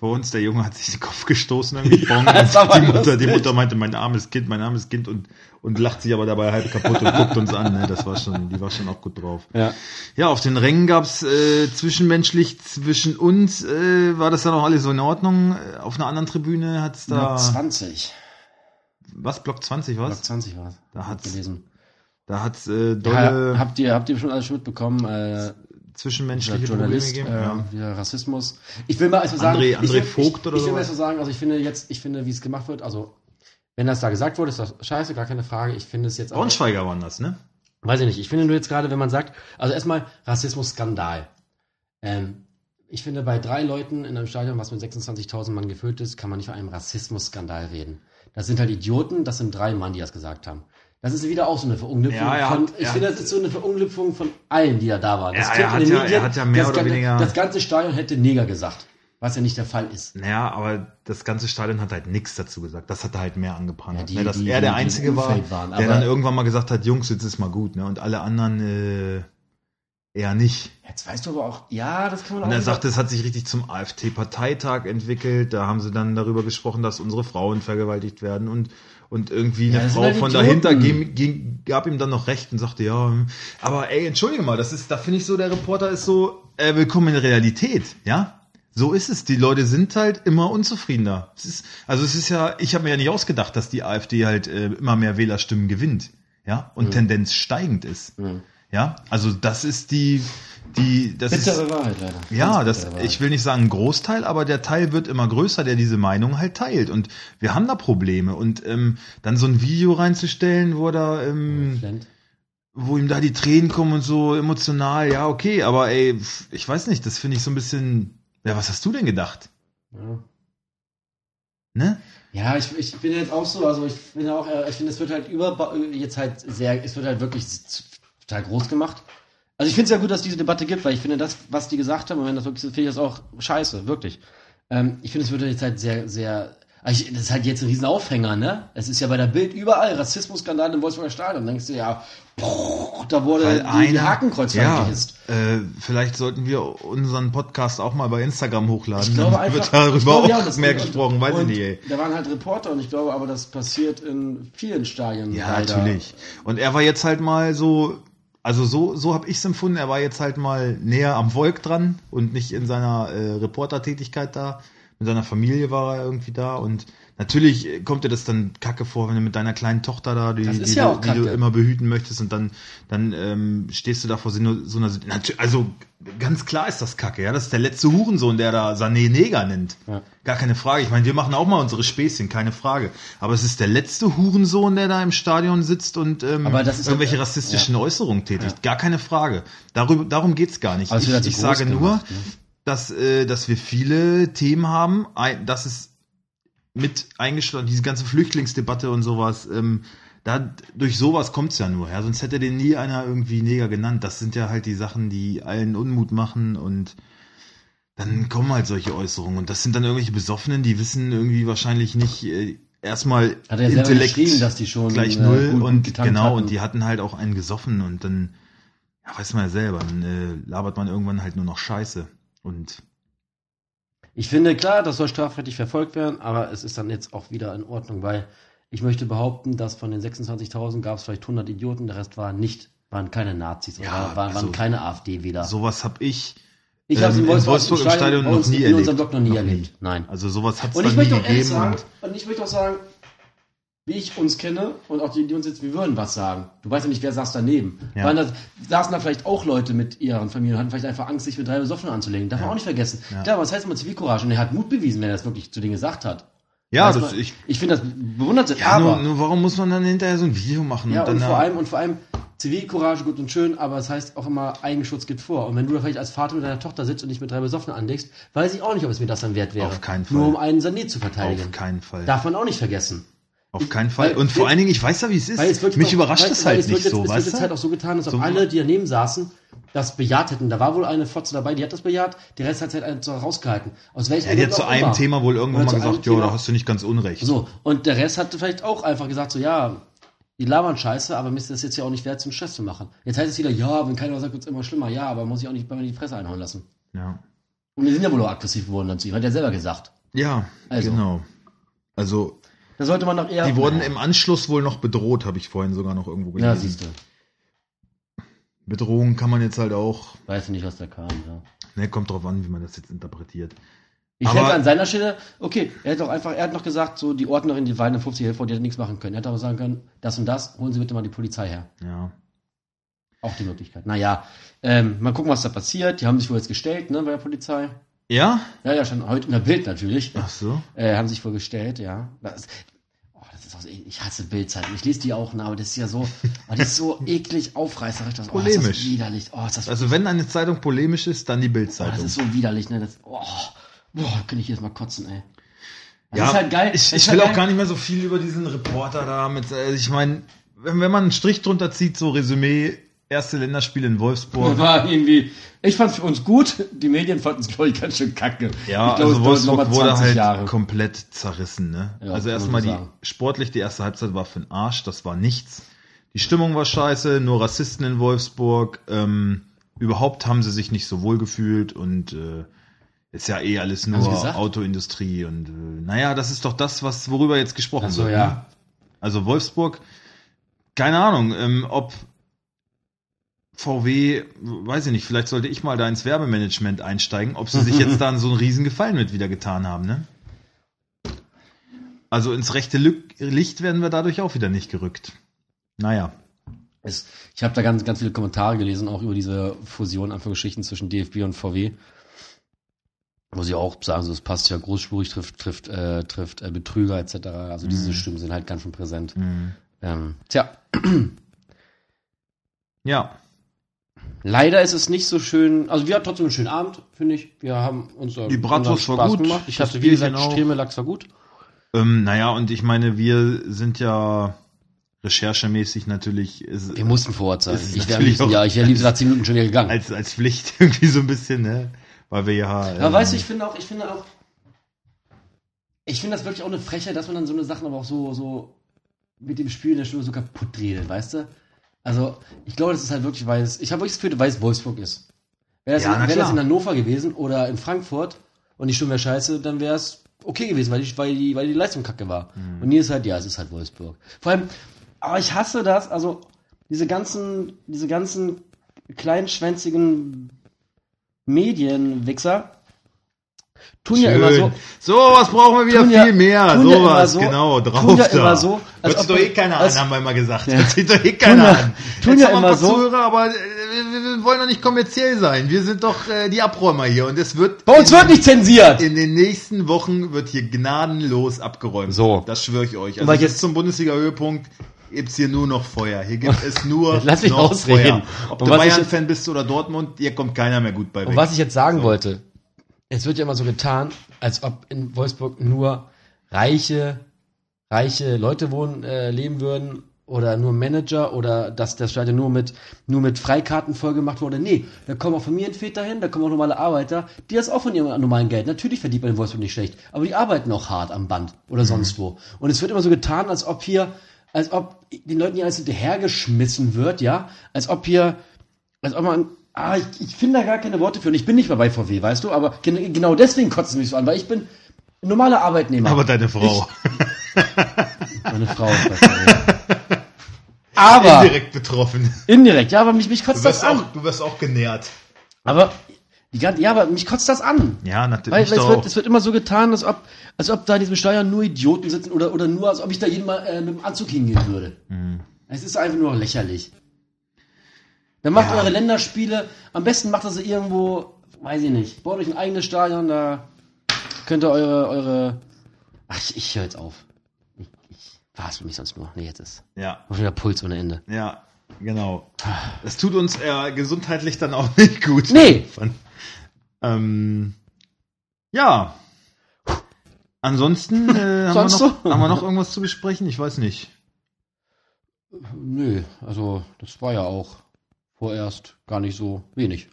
Bei uns, der Junge hat sich den Kopf gestoßen und gebongt. das war die, Mutter, die lustig. Mutter meinte, mein armes Kind, mein armes Kind und, und lacht sich aber dabei halb kaputt und guckt uns an. Ne? Das war schon, die war schon auch gut drauf. Ja. Ja, auf den Rängen gab's äh, zwischenmenschlich zwischen uns, äh, war das dann auch alles so in Ordnung. Äh, Auf einer anderen Tribüne hat's da. Block 20. was? Block 20, Block was? 20 war es. Da hat's- gelesen. Da hat's äh, dolle Ja, habt, ihr, habt ihr schon alles schon mitbekommen? Äh, dieser zwischenmenschliche Probleme Journalist, äh, gegeben. ja. wieder Rassismus. Ich will mal erstmal sagen. André- ich will, André Vogt ich, oder Ich will mal sowas? erstmal sagen, also ich finde jetzt, ich finde, wie es gemacht wird, also wenn das da gesagt wurde, ist das scheiße, gar keine Frage. Ich finde es jetzt aber- Braunschweiger waren das, ne? Weiß ich nicht. Ich finde nur jetzt gerade, wenn man sagt, also erstmal Rassismus-Skandal. Ähm, ich finde, bei drei Leuten in einem Stadion, was mit 26.000 Mann gefüllt ist, kann man nicht von einem Rassismus-Skandal reden. Das sind halt Idioten, das sind drei Mann, die das gesagt haben. Das ist wieder auch so eine Verunglüpfung. Ja, er von, hat- ich er finde, hat- das ist so eine Verunglüpfung von allen, die da da waren. Das Ja, klingt er in den hat ja- er hat ja mehr das oder ganze, weniger- Das ganze Stadion hätte Neger gesagt, was ja nicht der Fall ist. Naja, aber das ganze Stadion hat halt nichts dazu gesagt. Das hat er halt mehr angepannt. Ja, die- ne? Dass die- er der die im Einzige war, Umfeld waren, der aber- dann irgendwann mal gesagt hat, Jungs, jetzt ist mal gut, ne? Und alle anderen äh, eher nicht. Jetzt weißt du aber auch, ja, das kann man Und er auch sagte, es hat sich richtig zum AfD-Parteitag entwickelt. Da haben sie dann darüber gesprochen, dass unsere Frauen vergewaltigt werden und und irgendwie Ja, eine das sind Frau halt von Idioten. dahinter ging, ging, gab ihm dann noch recht und sagte, ja, hm. aber ey, entschuldige mal, das ist, da finde ich so, der Reporter ist so, äh, willkommen in der Realität, ja? So ist es. Die Leute sind halt immer unzufriedener. Es ist, also es ist ja, ich habe mir ja nicht ausgedacht, dass die AfD halt äh, immer mehr Wählerstimmen gewinnt, ja? Und Tendenz steigend ist. Ja, also das ist die, die, das ist, Bittere Wahrheit, leider. ja, Ganz das, bittere Wahrheit. ich will nicht sagen ein Großteil, aber der Teil wird immer größer, der diese Meinung halt teilt. Und wir haben da Probleme. Und ähm, dann so ein Video reinzustellen, wo, da, ähm, Flint. wo ihm da die Tränen kommen und so emotional, ja, okay, aber ey, pf, ich weiß nicht, das finde ich so ein bisschen. Ja, was hast du denn gedacht? Ja. Ne? Ja, ich, ich bin jetzt auch so, also ich bin auch, äh, ich finde, es wird halt über jetzt halt sehr, es wird halt wirklich z- total groß gemacht. Also ich finde es ja gut, dass es diese Debatte gibt, weil ich finde das, was die gesagt haben, und wenn das wirklich so, finde ich das auch scheiße, wirklich. Ähm, ich finde, es wird jetzt halt sehr, sehr, also ich, das ist halt jetzt ein riesen Aufhänger, ne? Es ist ja bei der Bild überall Rassismusskandal im Wolfsburger Stadion. Dann denkst du ja, boah, da wurde die, die Hakenkreuz ja, vergisst. äh, vielleicht sollten wir unseren Podcast auch mal bei Instagram hochladen. Ich glaube dann einfach, wird darüber ich glaube, auch ja, das- mehr und- gesprochen, weiß ich und nicht, ey. Da waren halt Reporter und ich glaube aber, das passiert in vielen Stadien. Ja, leider. natürlich. Und er war jetzt halt mal so, also so, so habe ich es empfunden, er war jetzt halt mal näher am Volk dran und nicht in seiner äh, Reportertätigkeit da. Mit seiner Familie war er irgendwie da und natürlich äh, kommt dir das dann kacke vor, wenn du mit deiner kleinen Tochter da, die, Das ist die, ja du- auch die du kacke. immer behüten möchtest und dann, dann ähm, stehst du da vor so einer, so einer- natü- also ganz klar ist das kacke, ja, das ist der letzte Hurensohn, der da Sané Neger nennt. Ja. Gar keine Frage. Ich meine, wir machen auch mal unsere Späßchen, keine Frage. Aber es ist der letzte Hurensohn, der da im Stadion sitzt und ähm, Aber das ist ja- irgendwelche rassistischen Äußerungen tätigt. Gar keine Frage. Darüber, darum geht's gar nicht. Aber es ich wird halt so ich groß sage gemacht, nur, ne? dass, äh, dass wir viele Themen haben, ein, dass es mit eingeschlossen, diese ganze Flüchtlingsdebatte und sowas, ähm, da, durch sowas kommt's ja nur, ja, sonst hätte den nie einer irgendwie Neger genannt. Das sind ja halt die Sachen, die allen Unmut machen und dann kommen halt solche Äußerungen. Und das sind dann irgendwelche Besoffenen, die wissen irgendwie wahrscheinlich nicht äh, erstmal Hat er ja selber geschrieben, dass die schon gleich äh, null gut und getankt genau, hatten. und die hatten halt auch einen gesoffen und dann, ja, weiß man ja selber, dann äh, labert man irgendwann halt nur noch Scheiße. Und Ich finde, klar, das soll strafrechtlich verfolgt werden, aber es ist dann jetzt auch wieder in Ordnung, weil ich möchte behaupten, dass von den 26.000 gab es vielleicht 100 Idioten, der Rest waren nicht, waren keine Nazis oder Ja, waren, also- waren keine AfD-Wähler. sowas hab ich, ich habe ähm, in in Wolfsburg, Wolfsburg im Stadion bei noch uns nie in erlebt. unserem Blog noch nie Noch nie. erlebt. Nein. also sowas hat's Und dann ich nie möchte auch ehrlich gegeben. sagen, Und und ich möchte auch sagen, wie ich uns kenne und auch die, die uns jetzt, wir würden was sagen. Du weißt ja nicht, wer saß daneben. Ja. Waren das, saßen da vielleicht auch Leute mit ihren Familien und hatten vielleicht einfach Angst, sich mit drei Besoffenen anzulegen. Darf man auch nicht vergessen. Ja. Klar, aber das heißt immer Zivilcourage und er hat Mut bewiesen, wenn er das wirklich zu denen gesagt hat. ja, Weiß das, man- ich, ich finde das bewundernswert, ja Also aber nur, nur warum muss man dann hinterher so ein Video machen? ja, und dann und vor da- allem und vor allem Zivilcourage gut und schön, aber es heißt auch immer Eigenschutz geht vor. Und wenn du da vielleicht als Vater mit deiner Tochter sitzt und dich mit drei Besoffenen anlegst, weiß ich auch nicht, ob es mir das dann wert wäre. Auf keinen Nur Fall. um einen Sané zu verteidigen. auf keinen Fall. Darf man auch nicht vergessen. Auf keinen Fall. weil- Und vor allen Dingen, ich weiß ja, wie es Weil es ist. wird Mich doch- überrascht weil- es weil halt es wird nicht jetzt, so, es wird weißt jetzt du? halt auch so getan, als ob So- alle, die daneben saßen, das bejaht hätten. Da war wohl eine Fotze dabei, die hat das bejaht, die Rest hat es halt so rausgehalten. Aus welchen Er hat jetzt Gründen zu auch einem immer. Thema wohl irgendwann Oder mal zu einem gesagt, ja, da Thema. Also- hast du nicht ganz unrecht. So, und der Rest hat vielleicht auch einfach gesagt, so, ja, die labern scheiße, aber mir ist das jetzt ja auch nicht wert, zum Stress zu machen. Jetzt heißt es wieder, ja, wenn keiner was sagt, wird es immer schlimmer. Ja, aber muss ich auch nicht bei mir die Fresse einhauen lassen. Ja, Und wir sind ja wohl auch aggressiv geworden dann zu ihm, hat er selber gesagt. ja Also. genau. Also, Da sollte man doch eher. die wurden im Anschluss wohl noch bedroht, habe ich vorhin sogar noch irgendwo Ja, gelesen. siehst du. Bedrohung kann man jetzt halt auch, Weiß nicht, was da kam. Ja. ne, kommt drauf an, wie man das jetzt interpretiert. Ich Aber- hätte an seiner Stelle, okay, er hätte auch einfach, er hat noch gesagt, so die Ordnerin, die war in der 50 Hilfe, die hätte nichts machen können. Er hätte aber sagen können, das und das, holen Sie bitte mal die Polizei her. Ja. Auch die Möglichkeit. Naja, ähm, mal gucken, was da passiert. Die haben sich wohl jetzt gestellt, ne, bei der Polizei. Ja? Ja, ja, schon heute in der Bild natürlich. Ach so. Äh, haben sich wohl gestellt, ja. Das, oh, das ist auch, so eklig. ich hasse Bildzeiten. Ich lese die auch, ne, aber das ist ja so, oh, die ist so eklig aufreißerisch. Das, oh, Ist das Polemisch. widerlich. Oh, ist das, Also, wenn eine Zeitung polemisch ist, dann die oh, das Bild-Zeitung. ist so widerlich, ne. Das, oh, boah, kann ich jedes Mal kotzen, ey. Das Ja, ist halt geil. Ich, Das ich ist will halt auch gar nicht mehr so viel über diesen Reporter da mit. äh, Ich meine, wenn, wenn man einen Strich drunter zieht, so Resümee, erste Länderspiel in Wolfsburg. War irgendwie, ich fand es für uns gut, die Medien fanden es, glaube ich, ganz schön kacke. Ja, ich glaube, also es dauert noch Wolfsburg mal wurde 20 halt Jahre. komplett zerrissen. Ne? Ja, also kann man erstmal so die sagen. sportlich die erste Halbzeit war für den Arsch, das war nichts. Die Stimmung war scheiße, nur Rassisten in Wolfsburg. Ähm, überhaupt haben sie sich nicht so wohl gefühlt und äh, ist ja eh alles sie nur gesagt? Autoindustrie und äh, naja, das ist doch das, was worüber jetzt gesprochen Ach so, wird. ja. Ne? Also Wolfsburg, keine Ahnung, ähm, ob VW, weiß ich nicht, vielleicht sollte ich mal da ins Werbemanagement einsteigen, ob sie sich jetzt da so einen riesen Gefallen mit wieder getan haben, ne? Also ins rechte Lü- Licht werden wir dadurch auch wieder nicht gerückt. Naja. Es, ich habe da ganz, ganz viele Kommentare gelesen, auch über diese Fusion, Anführungsgeschichten zwischen DFB und VW. Wo sie auch sagen, so, es passt ja großspurig, trifft, trifft, äh, trifft äh, Betrüger etc. Also Mhm. diese Stimmen sind halt ganz schön präsent. Hm. Ähm, tja, Ja. leider ist es nicht so schön. Also wir hatten trotzdem einen schönen Abend, finde ich. Wir haben uns äh, Die Bratwurst unseren war Spaß gut, Gemacht. Ich das hatte, wie gesagt, Bierchen auch. Stremelachs war gut. Ähm, naja, und ich meine, wir sind ja recherchemäßig natürlich ist, Wir mussten vor Ort sein. Das ist Ich wäre am natürlich liebsten, auch- ja, ich wäre am liebsten nach zehn Minuten schon wieder gegangen. als, als Pflicht irgendwie so ein bisschen, ne? Weil wir ja. Aber ähm, weißt du, ich finde auch, ich finde auch, ich finde das wirklich auch eine Frechheit, dass man dann so eine Sachen aber auch so, so mit dem Spiel in der Stunde so kaputt redet, weißt du? Also, ich glaube, das ist halt wirklich, weil es, ich habe wirklich das Gefühl, weil es Wolfsburg ist. Wäre das, Ja, na wäre das klar. in Hannover gewesen oder in Frankfurt und die Stunde wäre scheiße, dann wäre es okay gewesen, weil die, weil, die, weil die Leistung kacke war. Mhm. Und hier ist halt, ja, es ist halt Wolfsburg. Vor allem, aber ich hasse das, also diese ganzen, diese ganzen kleinschwänzigen Medienwichser tun ja immer so, So, was brauchen wir wieder Tun viel ja- mehr. tun ja immer Sowas, so- genau, drauf tun ja da. immer so, als als Hört sich ob- doch eh keiner als- an, haben wir immer gesagt. Ja. Hört sich doch eh keiner ja- an. Jetzt tun ja haben wir ein immer paar so. Zuhörer, aber äh, wir, wir wollen doch nicht kommerziell sein. Wir sind doch äh, die Abräumer hier und es wird bei uns wird nicht zensiert! in den nächsten Wochen wird hier gnadenlos abgeräumt. So. Das schwöre ich euch. Also Aber jetzt jetzt- bis zum Bundesliga-Höhepunkt gibt's hier nur noch Feuer. Hier gibt es nur Lass mich noch ausreden. Feuer. Ob Und du was ich- Bayern-Fan bist oder Dortmund, hier kommt keiner mehr gut bei Und weg. was ich jetzt sagen wollte, es wird ja immer so getan, als ob in Wolfsburg nur reiche, reiche Leute wohnen, äh, leben würden oder nur Manager oder dass das Stadion nur mit, nur mit Freikarten vollgemacht wurde. Nee, da kommen auch Familienväter hin, da kommen auch normale Arbeiter, die das auch von ihrem normalen Geld. Natürlich verdient man in Wolfsburg nicht schlecht, aber die arbeiten auch hart am Band Mhm. oder sonst wo. Und es wird immer so getan, als ob hier, als ob den Leuten hier alles hinterhergeschmissen wird, ja, als ob hier als ob man. Ah, ich, ich finde da gar keine Worte für. Und ich bin nicht mal bei VW, weißt du? Aber gen genau deswegen kotzt es mich so an, weil ich bin ein normaler Arbeitnehmer. aber deine Frau. Meine Frau ist bei VW. aber indirekt. direkt betroffen. ja, aber mich, mich kotzt Du das wirst, an. auch, du wirst auch genährt. Aber die ganze, ja, aber mich kotzt das an. Ja, Weil, natürlich weil es, doch. wird, es wird immer so getan, als ob, als ob da in diesem Steuer nur Idioten sitzen oder, oder nur, als ob ich da jeden Mal äh, mit dem Anzug hingehen würde. Mhm. Es ist einfach nur lächerlich. Dann macht Ja. eure Länderspiele, am besten macht das ihr irgendwo, weiß ich nicht, baut euch ein eigenes Stadion, da könnt ihr eure, eure, ach, ich, ich höre jetzt auf. Ich, ich verhaspel mich sonst nur. Nee, jetzt ist ja, auch schon wieder Puls ohne Ende. ja, genau. Das tut uns äh, gesundheitlich dann auch nicht gut. Nee. Von, ähm, ja. Ansonsten äh, haben, Sonst wir noch, so? haben wir noch irgendwas zu besprechen? Ich weiß nicht. Nö, also das war ja auch vorerst gar nicht so wenig.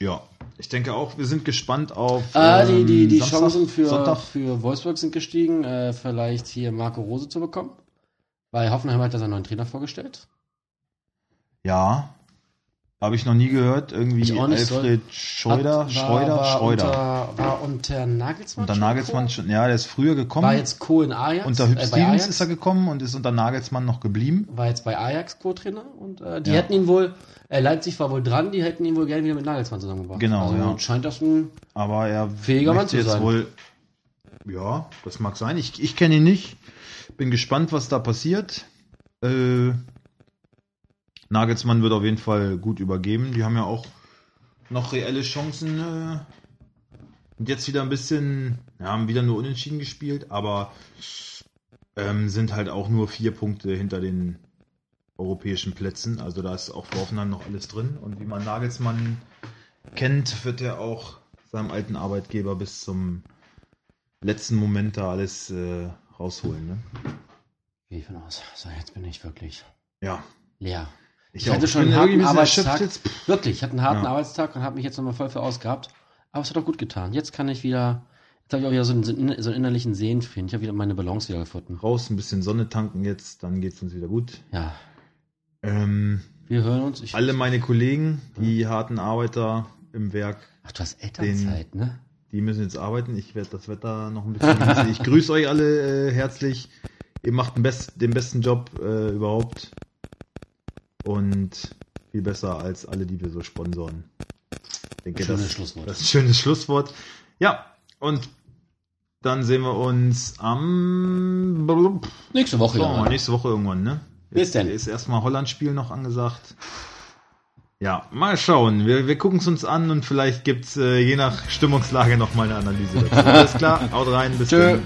Ja, ich denke auch, wir sind gespannt auf. Äh, die ähm, die, die Samstag, Chancen für, Sonntag. für Wolfsburg sind gestiegen, äh, vielleicht hier Marco Rose zu bekommen. Weil Hoffenheim hat da seinen neuen Trainer vorgestellt. Ja. Habe ich noch nie gehört. Irgendwie Ich auch nicht, Alfred Schreuder, Hat- Schreuder, war Schreuder. Unter, war unter Nagelsmann. unter schon Nagelsmann vor? schon. Ja, der ist früher gekommen. War jetzt Co in Ajax. unter Hüb äh, bei Stevens Ajax. ist er gekommen und ist unter Nagelsmann noch geblieben. war jetzt bei Ajax Co-Trainer und äh, die Ja. hätten ihn wohl, äh, Leipzig war wohl dran, die hätten ihn wohl gerne wieder mit Nagelsmann zusammengebracht. Genau, also, ja. Scheint das ein. Aber er Fähiger Mann möchte zu jetzt sein. wohl. Ja, das mag sein. Ich, ich kenne ihn nicht. Bin gespannt, was da passiert. Äh, Nagelsmann wird auf jeden Fall gut übergeben. Die haben ja auch noch reelle Chancen. Äh, und jetzt wieder ein bisschen, ja, haben wieder nur unentschieden gespielt, aber ähm, sind halt auch nur vier Punkte hinter den europäischen Plätzen. Also da ist auch für Hoffenheim noch alles drin. Und wie man Nagelsmann kennt, wird er auch seinem alten Arbeitgeber bis zum letzten Moment da alles äh, rausholen. Ne? Gehe ich von aus. So, jetzt bin ich wirklich Ja. leer. Ich, hatte auch. schon bin einen irgendwie harten ein bisschen Arbeitstag. erschöpft jetzt. Wirklich, ich hatte einen harten Ja. Arbeitstag und habe mich jetzt nochmal voll für ausgehabt. Aber es hat auch gut getan. Jetzt kann ich wieder. Jetzt habe ich auch wieder so einen, so einen innerlichen Seelenfrieden. Ich habe wieder meine Balance wieder gefunden. Raus, ein bisschen Sonne tanken jetzt, dann geht's uns wieder gut. Ja, Ähm, wir hören uns. Ich, alle meine Kollegen, die harten Arbeiter im Werk, Ach, du hast Elternzeit, ne? die müssen jetzt arbeiten. Ich werde das Wetter noch ein bisschen genießen. Ich grüße euch alle äh, herzlich. Ihr macht den, best, den besten Job äh, überhaupt. Und viel besser als alle, die wir so sponsoren. Ich denke, Schönes das, Schlusswort. das ist ein schönes Schlusswort. Ja, und dann sehen wir uns am blub, Nächste Woche, schauen wir mal, ja. nächste Woche irgendwann, ne? Bis denn. Ist erstmal Holland-Spiel noch angesagt. Ja, mal schauen. Wir, wir gucken es uns an und vielleicht gibt es äh, je nach Stimmungslage nochmal eine Analyse dazu. Alles klar, haut rein, bis Tschö. dann.